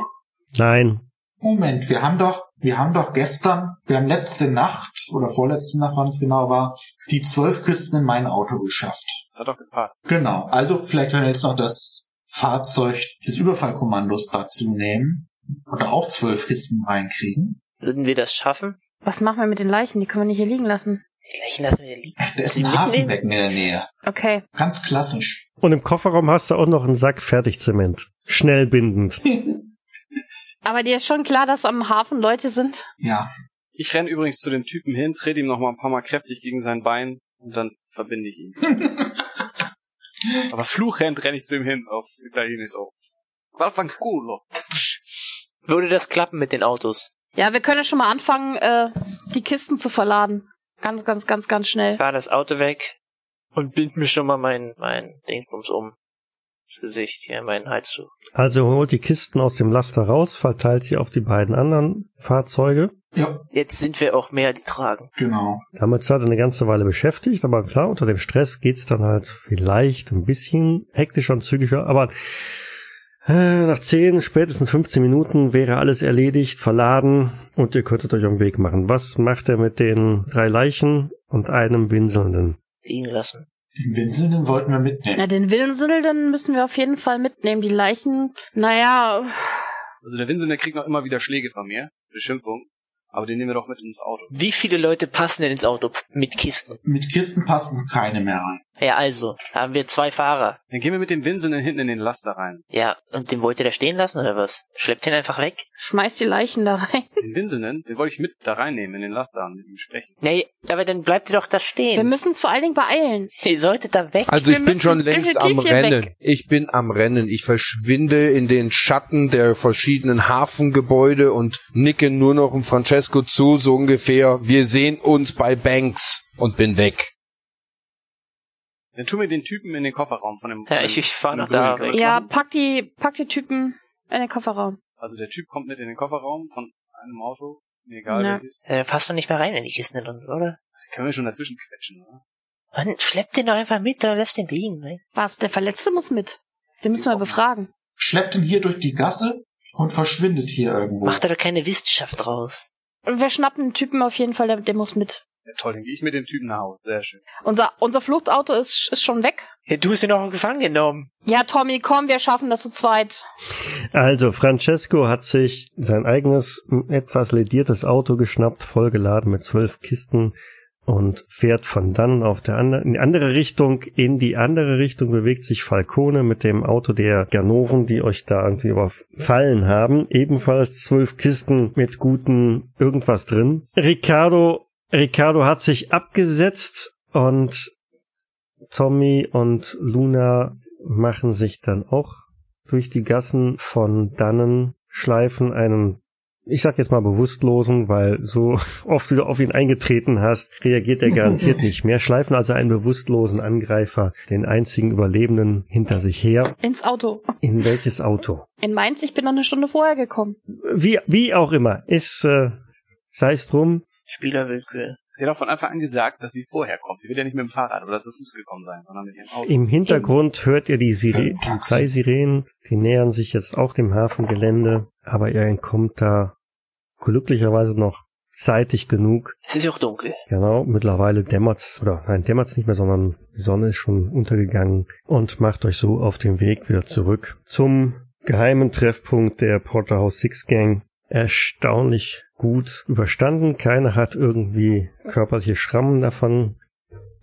Speaker 1: Nein.
Speaker 5: Moment, wir haben doch, wir haben doch gestern, wir haben letzte Nacht oder vorletzte Nacht, wann es genau war, die zwölf Kisten in mein Auto geschafft.
Speaker 4: Das hat doch gepasst.
Speaker 5: Genau. Also vielleicht wenn wir jetzt noch das Fahrzeug des Überfallkommandos dazu nehmen und da auch zwölf Kisten reinkriegen.
Speaker 6: Würden wir das schaffen?
Speaker 2: Was machen wir mit den Leichen? Die können wir nicht hier liegen lassen.
Speaker 6: Die Leichen lassen wir hier liegen.
Speaker 5: Da ist
Speaker 6: Sie
Speaker 5: ein
Speaker 6: mitnehmen?
Speaker 5: Hafenbecken in der Nähe.
Speaker 2: Okay.
Speaker 5: Ganz klassisch.
Speaker 1: Und im Kofferraum hast du auch noch einen Sack Fertigzement. Schnell bindend.
Speaker 2: Aber dir ist schon klar, dass am Hafen Leute sind?
Speaker 5: ja.
Speaker 4: Ich renn übrigens zu dem Typen hin, trete ihm noch mal ein paar Mal kräftig gegen sein Bein und dann verbinde ich ihn. Aber fluchend renn ich zu ihm hin, auf Italienisch auch. Guarda fanculo.
Speaker 6: Würde das klappen mit den Autos?
Speaker 2: Ja, wir können ja schon mal anfangen, äh, die Kisten zu verladen. Ganz, ganz, ganz, ganz
Speaker 6: Ich
Speaker 2: schnell.
Speaker 6: fahr das Auto weg und bind mir schon mal mein, mein Dingsbums um. Das Gesicht hier, meinen Hals zu.
Speaker 1: Also holt die Kisten aus dem Laster raus, verteilt sie auf die beiden anderen Fahrzeuge.
Speaker 5: Ja,
Speaker 6: Jetzt sind wir auch mehr, die tragen.
Speaker 5: genau.
Speaker 1: Damit seid ihr eine ganze Weile beschäftigt, aber klar, unter dem Stress geht's dann halt vielleicht ein bisschen hektischer und zügiger, aber äh, nach 10, spätestens 15 Minuten wäre alles erledigt, verladen und ihr könntet euch auf den Weg machen. Was macht er mit den drei Leichen und einem Winselnden?
Speaker 6: Liegen lassen.
Speaker 5: Den Winselnden wollten wir mitnehmen.
Speaker 2: Na, den Willensindel, dann müssen wir auf jeden Fall mitnehmen. Die Leichen, naja,
Speaker 4: Also der Vincent, der kriegt noch immer wieder Schläge von mir. Beschimpfung. Aber den nehmen wir doch mit ins Auto.
Speaker 6: Wie viele Leute passen denn ins Auto p- mit Kisten?
Speaker 5: Mit Kisten passen keine mehr rein.
Speaker 6: Ja, also, haben wir zwei Fahrer.
Speaker 4: Dann gehen wir mit dem Vincent hinten in den Laster rein.
Speaker 6: Ja, und den wollt ihr da stehen lassen oder was? Schleppt ihn einfach weg?
Speaker 2: schmeiß die Leichen da rein.
Speaker 4: Den Vincent, den wollte ich mit da reinnehmen in den Laster und mit ihm sprechen.
Speaker 6: Nee, aber dann bleibt ihr doch da
Speaker 2: Wir
Speaker 6: stehen.
Speaker 2: müssen uns vor allen Dingen beeilen.
Speaker 6: Ihr solltet da weg.
Speaker 3: Also
Speaker 2: Wir
Speaker 3: ich bin
Speaker 2: müssen
Speaker 3: schon längst am
Speaker 2: definitiv hier
Speaker 3: Rennen.
Speaker 2: weg.
Speaker 3: Ich bin am Rennen. Ich verschwinde in den Schatten der verschiedenen Hafengebäude und nicke nur noch um Francesco zu, so ungefähr. Wir sehen uns bei Banks und bin weg.
Speaker 4: Dann tun wir den Typen in den Kofferraum von dem.
Speaker 6: Ja,
Speaker 4: von
Speaker 6: ich-
Speaker 4: dem-
Speaker 6: ich fahr
Speaker 4: von
Speaker 6: noch
Speaker 4: dem
Speaker 6: da
Speaker 4: Grünen.
Speaker 6: weg. Was
Speaker 2: Ja,
Speaker 6: machen?
Speaker 2: pack die, pack die Typen in den Kofferraum.
Speaker 4: Also der Typ kommt mit in den Kofferraum von einem Auto. Mir egal
Speaker 2: Ja.
Speaker 4: welches.
Speaker 6: Äh, passt doch nicht mehr rein in die Kisten drin, oder?
Speaker 4: Können wir schon dazwischen quetschen, oder?
Speaker 6: Mann, schleppt den doch einfach mit oder lässt den liegen, ne?
Speaker 2: Was? Der Verletzte muss mit. Den müssen wir
Speaker 4: Die-
Speaker 2: befragen.
Speaker 5: Schleppt ihn hier durch die Gasse und verschwindet hier irgendwo.
Speaker 6: Macht da doch keine Wissenschaft draus.
Speaker 2: Und wir schnappen den Typen auf jeden Fall, der, der muss mit.
Speaker 4: Ja, toll, dann gehe ich mit dem Typen nach Haus. Sehr schön.
Speaker 2: Unser, unser Fluchtauto ist, ist schon weg.
Speaker 6: Ja, du hast ihn auch gefangen genommen.
Speaker 2: Ja, Tommy, komm, wir schaffen das zu zweit.
Speaker 1: Also, Francesco hat sich sein eigenes m, etwas lediertes Auto geschnappt, vollgeladen mit zwölf Kisten und fährt von dann auf der andre, in die andere Richtung, in die andere Richtung bewegt sich Falcone mit dem Auto der Ganoven, die euch da irgendwie überfallen haben. Ebenfalls zwölf Kisten mit guten irgendwas drin. Ricardo, Ricardo hat sich abgesetzt und Tommy und Luna machen sich dann auch durch die Gassen von Dannen schleifen einen, ich sag jetzt mal bewusstlosen, weil so oft du auf ihn eingetreten hast, reagiert er garantiert nicht mehr. Schleifen also einen bewusstlosen Angreifer, den einzigen Überlebenden hinter sich her.
Speaker 2: Ins Auto.
Speaker 1: In welches Auto?
Speaker 2: In Mainz, ich bin noch eine Stunde vorher gekommen.
Speaker 1: Wie, wie auch immer, ist, äh, sei es drum.
Speaker 6: Spielerwillkür.
Speaker 4: Sie hat auch von Anfang an gesagt, dass sie vorher kommt. Sie wird ja nicht mit dem Fahrrad oder zu Fuß gekommen sein, sondern mit ihrem Auto.
Speaker 1: Im Hintergrund hört ihr die Sirene,
Speaker 5: Taxi.
Speaker 1: zwei Sirenen, die nähern sich jetzt auch dem Hafengelände, aber ihr entkommt da glücklicherweise noch zeitig genug,
Speaker 6: Es ist ja auch dunkel.
Speaker 1: Genau, mittlerweile dämmert's, oder nein, dämmert's nicht mehr, sondern die Sonne ist schon untergegangen und macht euch so auf den Weg wieder zurück zum geheimen Treffpunkt der Porterhouse Six Gang. erstaunlich gut überstanden. Keiner hat irgendwie körperliche Schrammen davon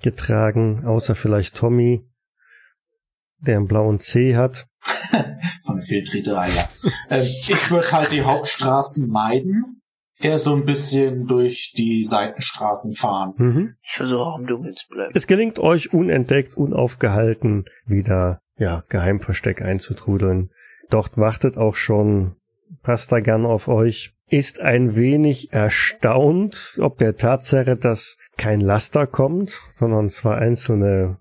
Speaker 1: getragen, außer vielleicht Tommy, der einen blauen Zeh hat.
Speaker 5: Von Fehltreterei, ja. ähm, ich würde halt die Hauptstraßen meiden, eher so ein bisschen durch die Seitenstraßen fahren.
Speaker 1: Mhm.
Speaker 6: Ich versuche auch im Dunkeln zu bleiben.
Speaker 1: Es gelingt euch unentdeckt, unaufgehalten wieder, ja, Geheimversteck einzutrudeln. Dort wartet auch schon Pastagan auf euch, ist ein wenig erstaunt, ob der Tatsache, dass kein Laster kommt, sondern zwar einzelne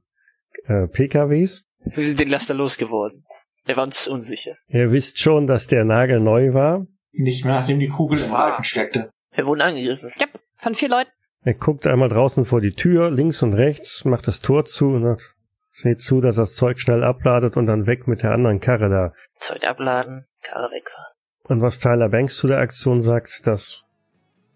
Speaker 1: äh, PKWs.
Speaker 6: Wir sind den Laster losgeworden. Wir waren uns unsicher.
Speaker 1: Ihr wisst schon, dass der Nagel neu war.
Speaker 5: Nicht mehr, nachdem die Kugel im Reifen steckte.
Speaker 6: Wir wurden angegriffen.
Speaker 2: Yep, von vier Leuten.
Speaker 1: Er guckt einmal draußen vor die Tür, links und rechts, macht das Tor zu und sagt, seht zu, dass das Zeug schnell abladet und dann weg mit der anderen Karre da.
Speaker 6: Zeug abladen, Karre wegfahren.
Speaker 1: Und was Tyler Banks zu der Aktion sagt, das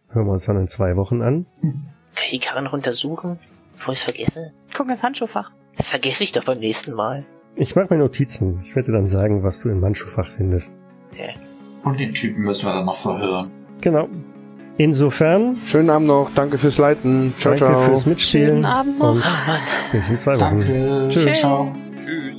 Speaker 1: hören wir uns dann in zwei Wochen an.
Speaker 6: Kann ich die Karre noch untersuchen, bevor ich es vergesse?
Speaker 2: Guck ins Handschuhfach.
Speaker 6: Das vergesse ich doch beim nächsten Mal.
Speaker 1: Ich mache mir Notizen. Ich werde dir dann sagen, was du im Handschuhfach findest.
Speaker 5: Und den Typen müssen wir dann noch verhören.
Speaker 1: Genau. Insofern,
Speaker 3: Schönen Abend noch. Danke fürs Leiten. Ciao,
Speaker 1: danke
Speaker 3: ciao.
Speaker 1: fürs Mitspielen.
Speaker 2: Schönen Abend noch.
Speaker 1: Und
Speaker 6: Ach Mann.
Speaker 1: bis in zwei Wochen.
Speaker 5: Danke.
Speaker 1: Tschüss.
Speaker 2: Tschüss.
Speaker 5: Ciao.
Speaker 4: Tschüss.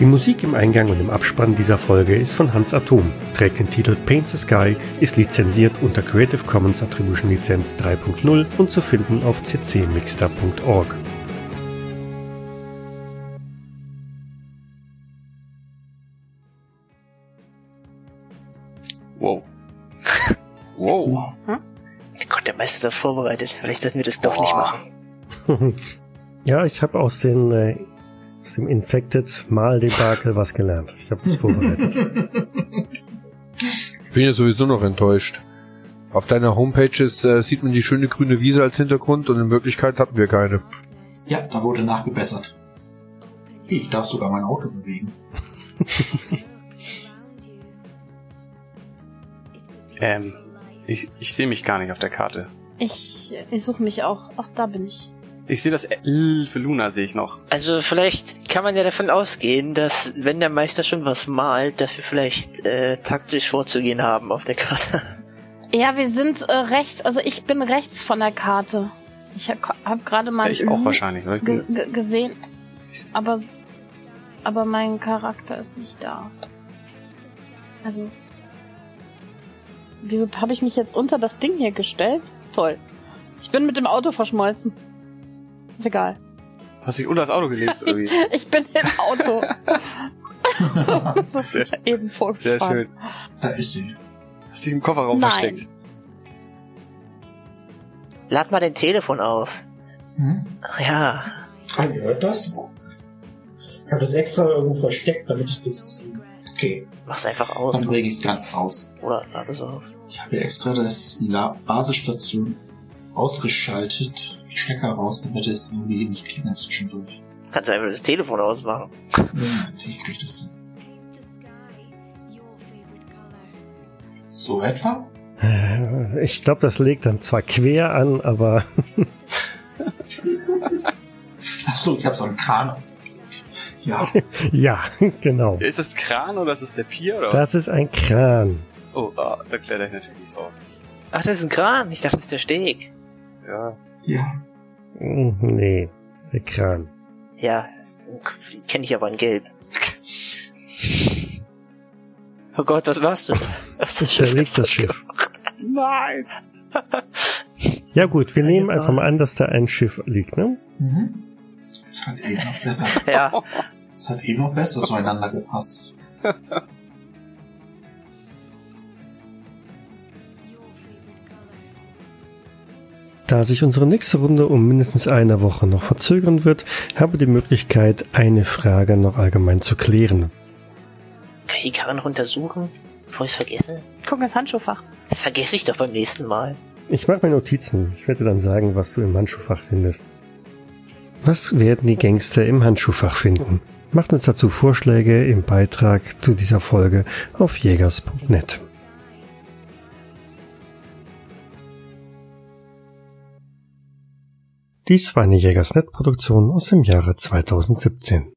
Speaker 1: Die Musik im Eingang und im Abspann dieser Folge ist von Hans Atom, trägt den Titel Paint the Sky, ist lizenziert unter Creative Commons Attribution Lizenz 3.0 und zu finden auf ccmixter.org.
Speaker 4: Wow. wow.
Speaker 6: Mein Gott, der Meister ist doch vorbereitet. Vielleicht sollten wir das doch nicht machen.
Speaker 1: ja, ich habe aus, den, äh, aus dem Infected Mal-Debakel was gelernt. Ich habe das vorbereitet.
Speaker 3: Ich bin ja sowieso noch enttäuscht. Auf deiner Homepage ist, äh, sieht man die schöne grüne Wiese als Hintergrund und in Wirklichkeit hatten wir keine.
Speaker 5: Ja, da wurde nachgebessert. Ich darf sogar mein Auto bewegen.
Speaker 4: Ähm, ich, ich sehe mich gar nicht auf der Karte.
Speaker 2: Ich, ich suche mich auch. Ach, da bin ich.
Speaker 4: Ich sehe das L für Luna sehe ich noch.
Speaker 6: Also vielleicht kann man ja davon ausgehen, dass wenn der Meister schon was malt, dass wir vielleicht äh, taktisch vorzugehen haben auf der Karte.
Speaker 2: Ja, wir sind äh, rechts. Also ich bin rechts von der Karte. Ich habe hab gerade mal
Speaker 4: ich auch
Speaker 2: Lu
Speaker 4: wahrscheinlich. Oder? Ich
Speaker 2: mhm. ge
Speaker 4: bin-
Speaker 2: ge gesehen. Aber, s- aber mein Charakter ist nicht da. Also. Wieso habe ich mich jetzt unter das Ding hier gestellt? Toll. Ich bin mit dem Auto verschmolzen. Ist egal.
Speaker 4: Hast dich unter das Auto gelegt oder wie?
Speaker 2: Ich bin im Auto. das ist
Speaker 4: Sehr-
Speaker 2: eben vorgefahren.
Speaker 4: Sehr schön.
Speaker 5: Da ist sie.
Speaker 4: Hast dich im Kofferraum
Speaker 2: Nein.
Speaker 4: versteckt.
Speaker 6: Lad mal dein Telefon auf.
Speaker 5: Hm?
Speaker 6: Ach ja.
Speaker 5: Ah, ihr hört das? Ich habe das extra irgendwo versteckt, damit ich das... Okay,
Speaker 6: Mach's einfach
Speaker 5: dann
Speaker 6: aus.
Speaker 5: bringe ich es ganz raus.
Speaker 6: Oder lad es auf.
Speaker 5: Ich habe extra das La Basisstation ausgeschaltet, die Stecker raus, damit es irgendwie nicht klingelt zwischendurch.
Speaker 6: Kannst du einfach das Telefon ausmachen.
Speaker 5: Moment, ich krieg das hin. So etwa?
Speaker 1: Äh, Ich glaube, das legt dann zwar quer an, aber
Speaker 5: Achso, ich habe so einen Kran. Ja,
Speaker 1: ja, genau.
Speaker 4: Ist das Kran oder ist das der Pier oder was?
Speaker 1: Das ist ein Kran.
Speaker 4: Oh, ah, da kletter ich natürlich nicht drauf.
Speaker 6: Ach, das ist ein Kran. Ich dachte, das ist der Steg.
Speaker 4: Ja.
Speaker 5: ja.
Speaker 1: Hm, Nee, das ist der Kran.
Speaker 6: Ja, kenne ich aber in Gelb. Oh Gott, was machst du? Hast du
Speaker 1: Zerlegt das Schiff.
Speaker 4: Nein.
Speaker 1: Ja gut, wir
Speaker 6: Keine
Speaker 1: nehmen einfach mal
Speaker 6: Ahnung.
Speaker 1: an, dass da ein Schiff liegt, ne?
Speaker 5: Mhm. Das hat eben noch besser.
Speaker 6: Ja,
Speaker 5: Das hat eben noch besser zueinander gepasst.
Speaker 1: Da sich unsere nächste Runde um mindestens eine Woche noch verzögern wird, habe die Möglichkeit, eine Frage noch allgemein zu klären.
Speaker 6: kann ich die Karre noch untersuchen, bevor ich es vergesse?
Speaker 2: Guck ins Handschuhfach.
Speaker 6: Das Das vergesse ich doch beim nächsten Mal.
Speaker 1: Ich mache mir Notizen. Ich werde dir dann sagen, was du im Handschuhfach findest. Was werden die Gangster im Handschuhfach finden? Macht uns dazu Vorschläge im Beitrag zu dieser Folge auf jägers.net. Dies war eine Jägersnet-Produktion aus dem Jahre 2017.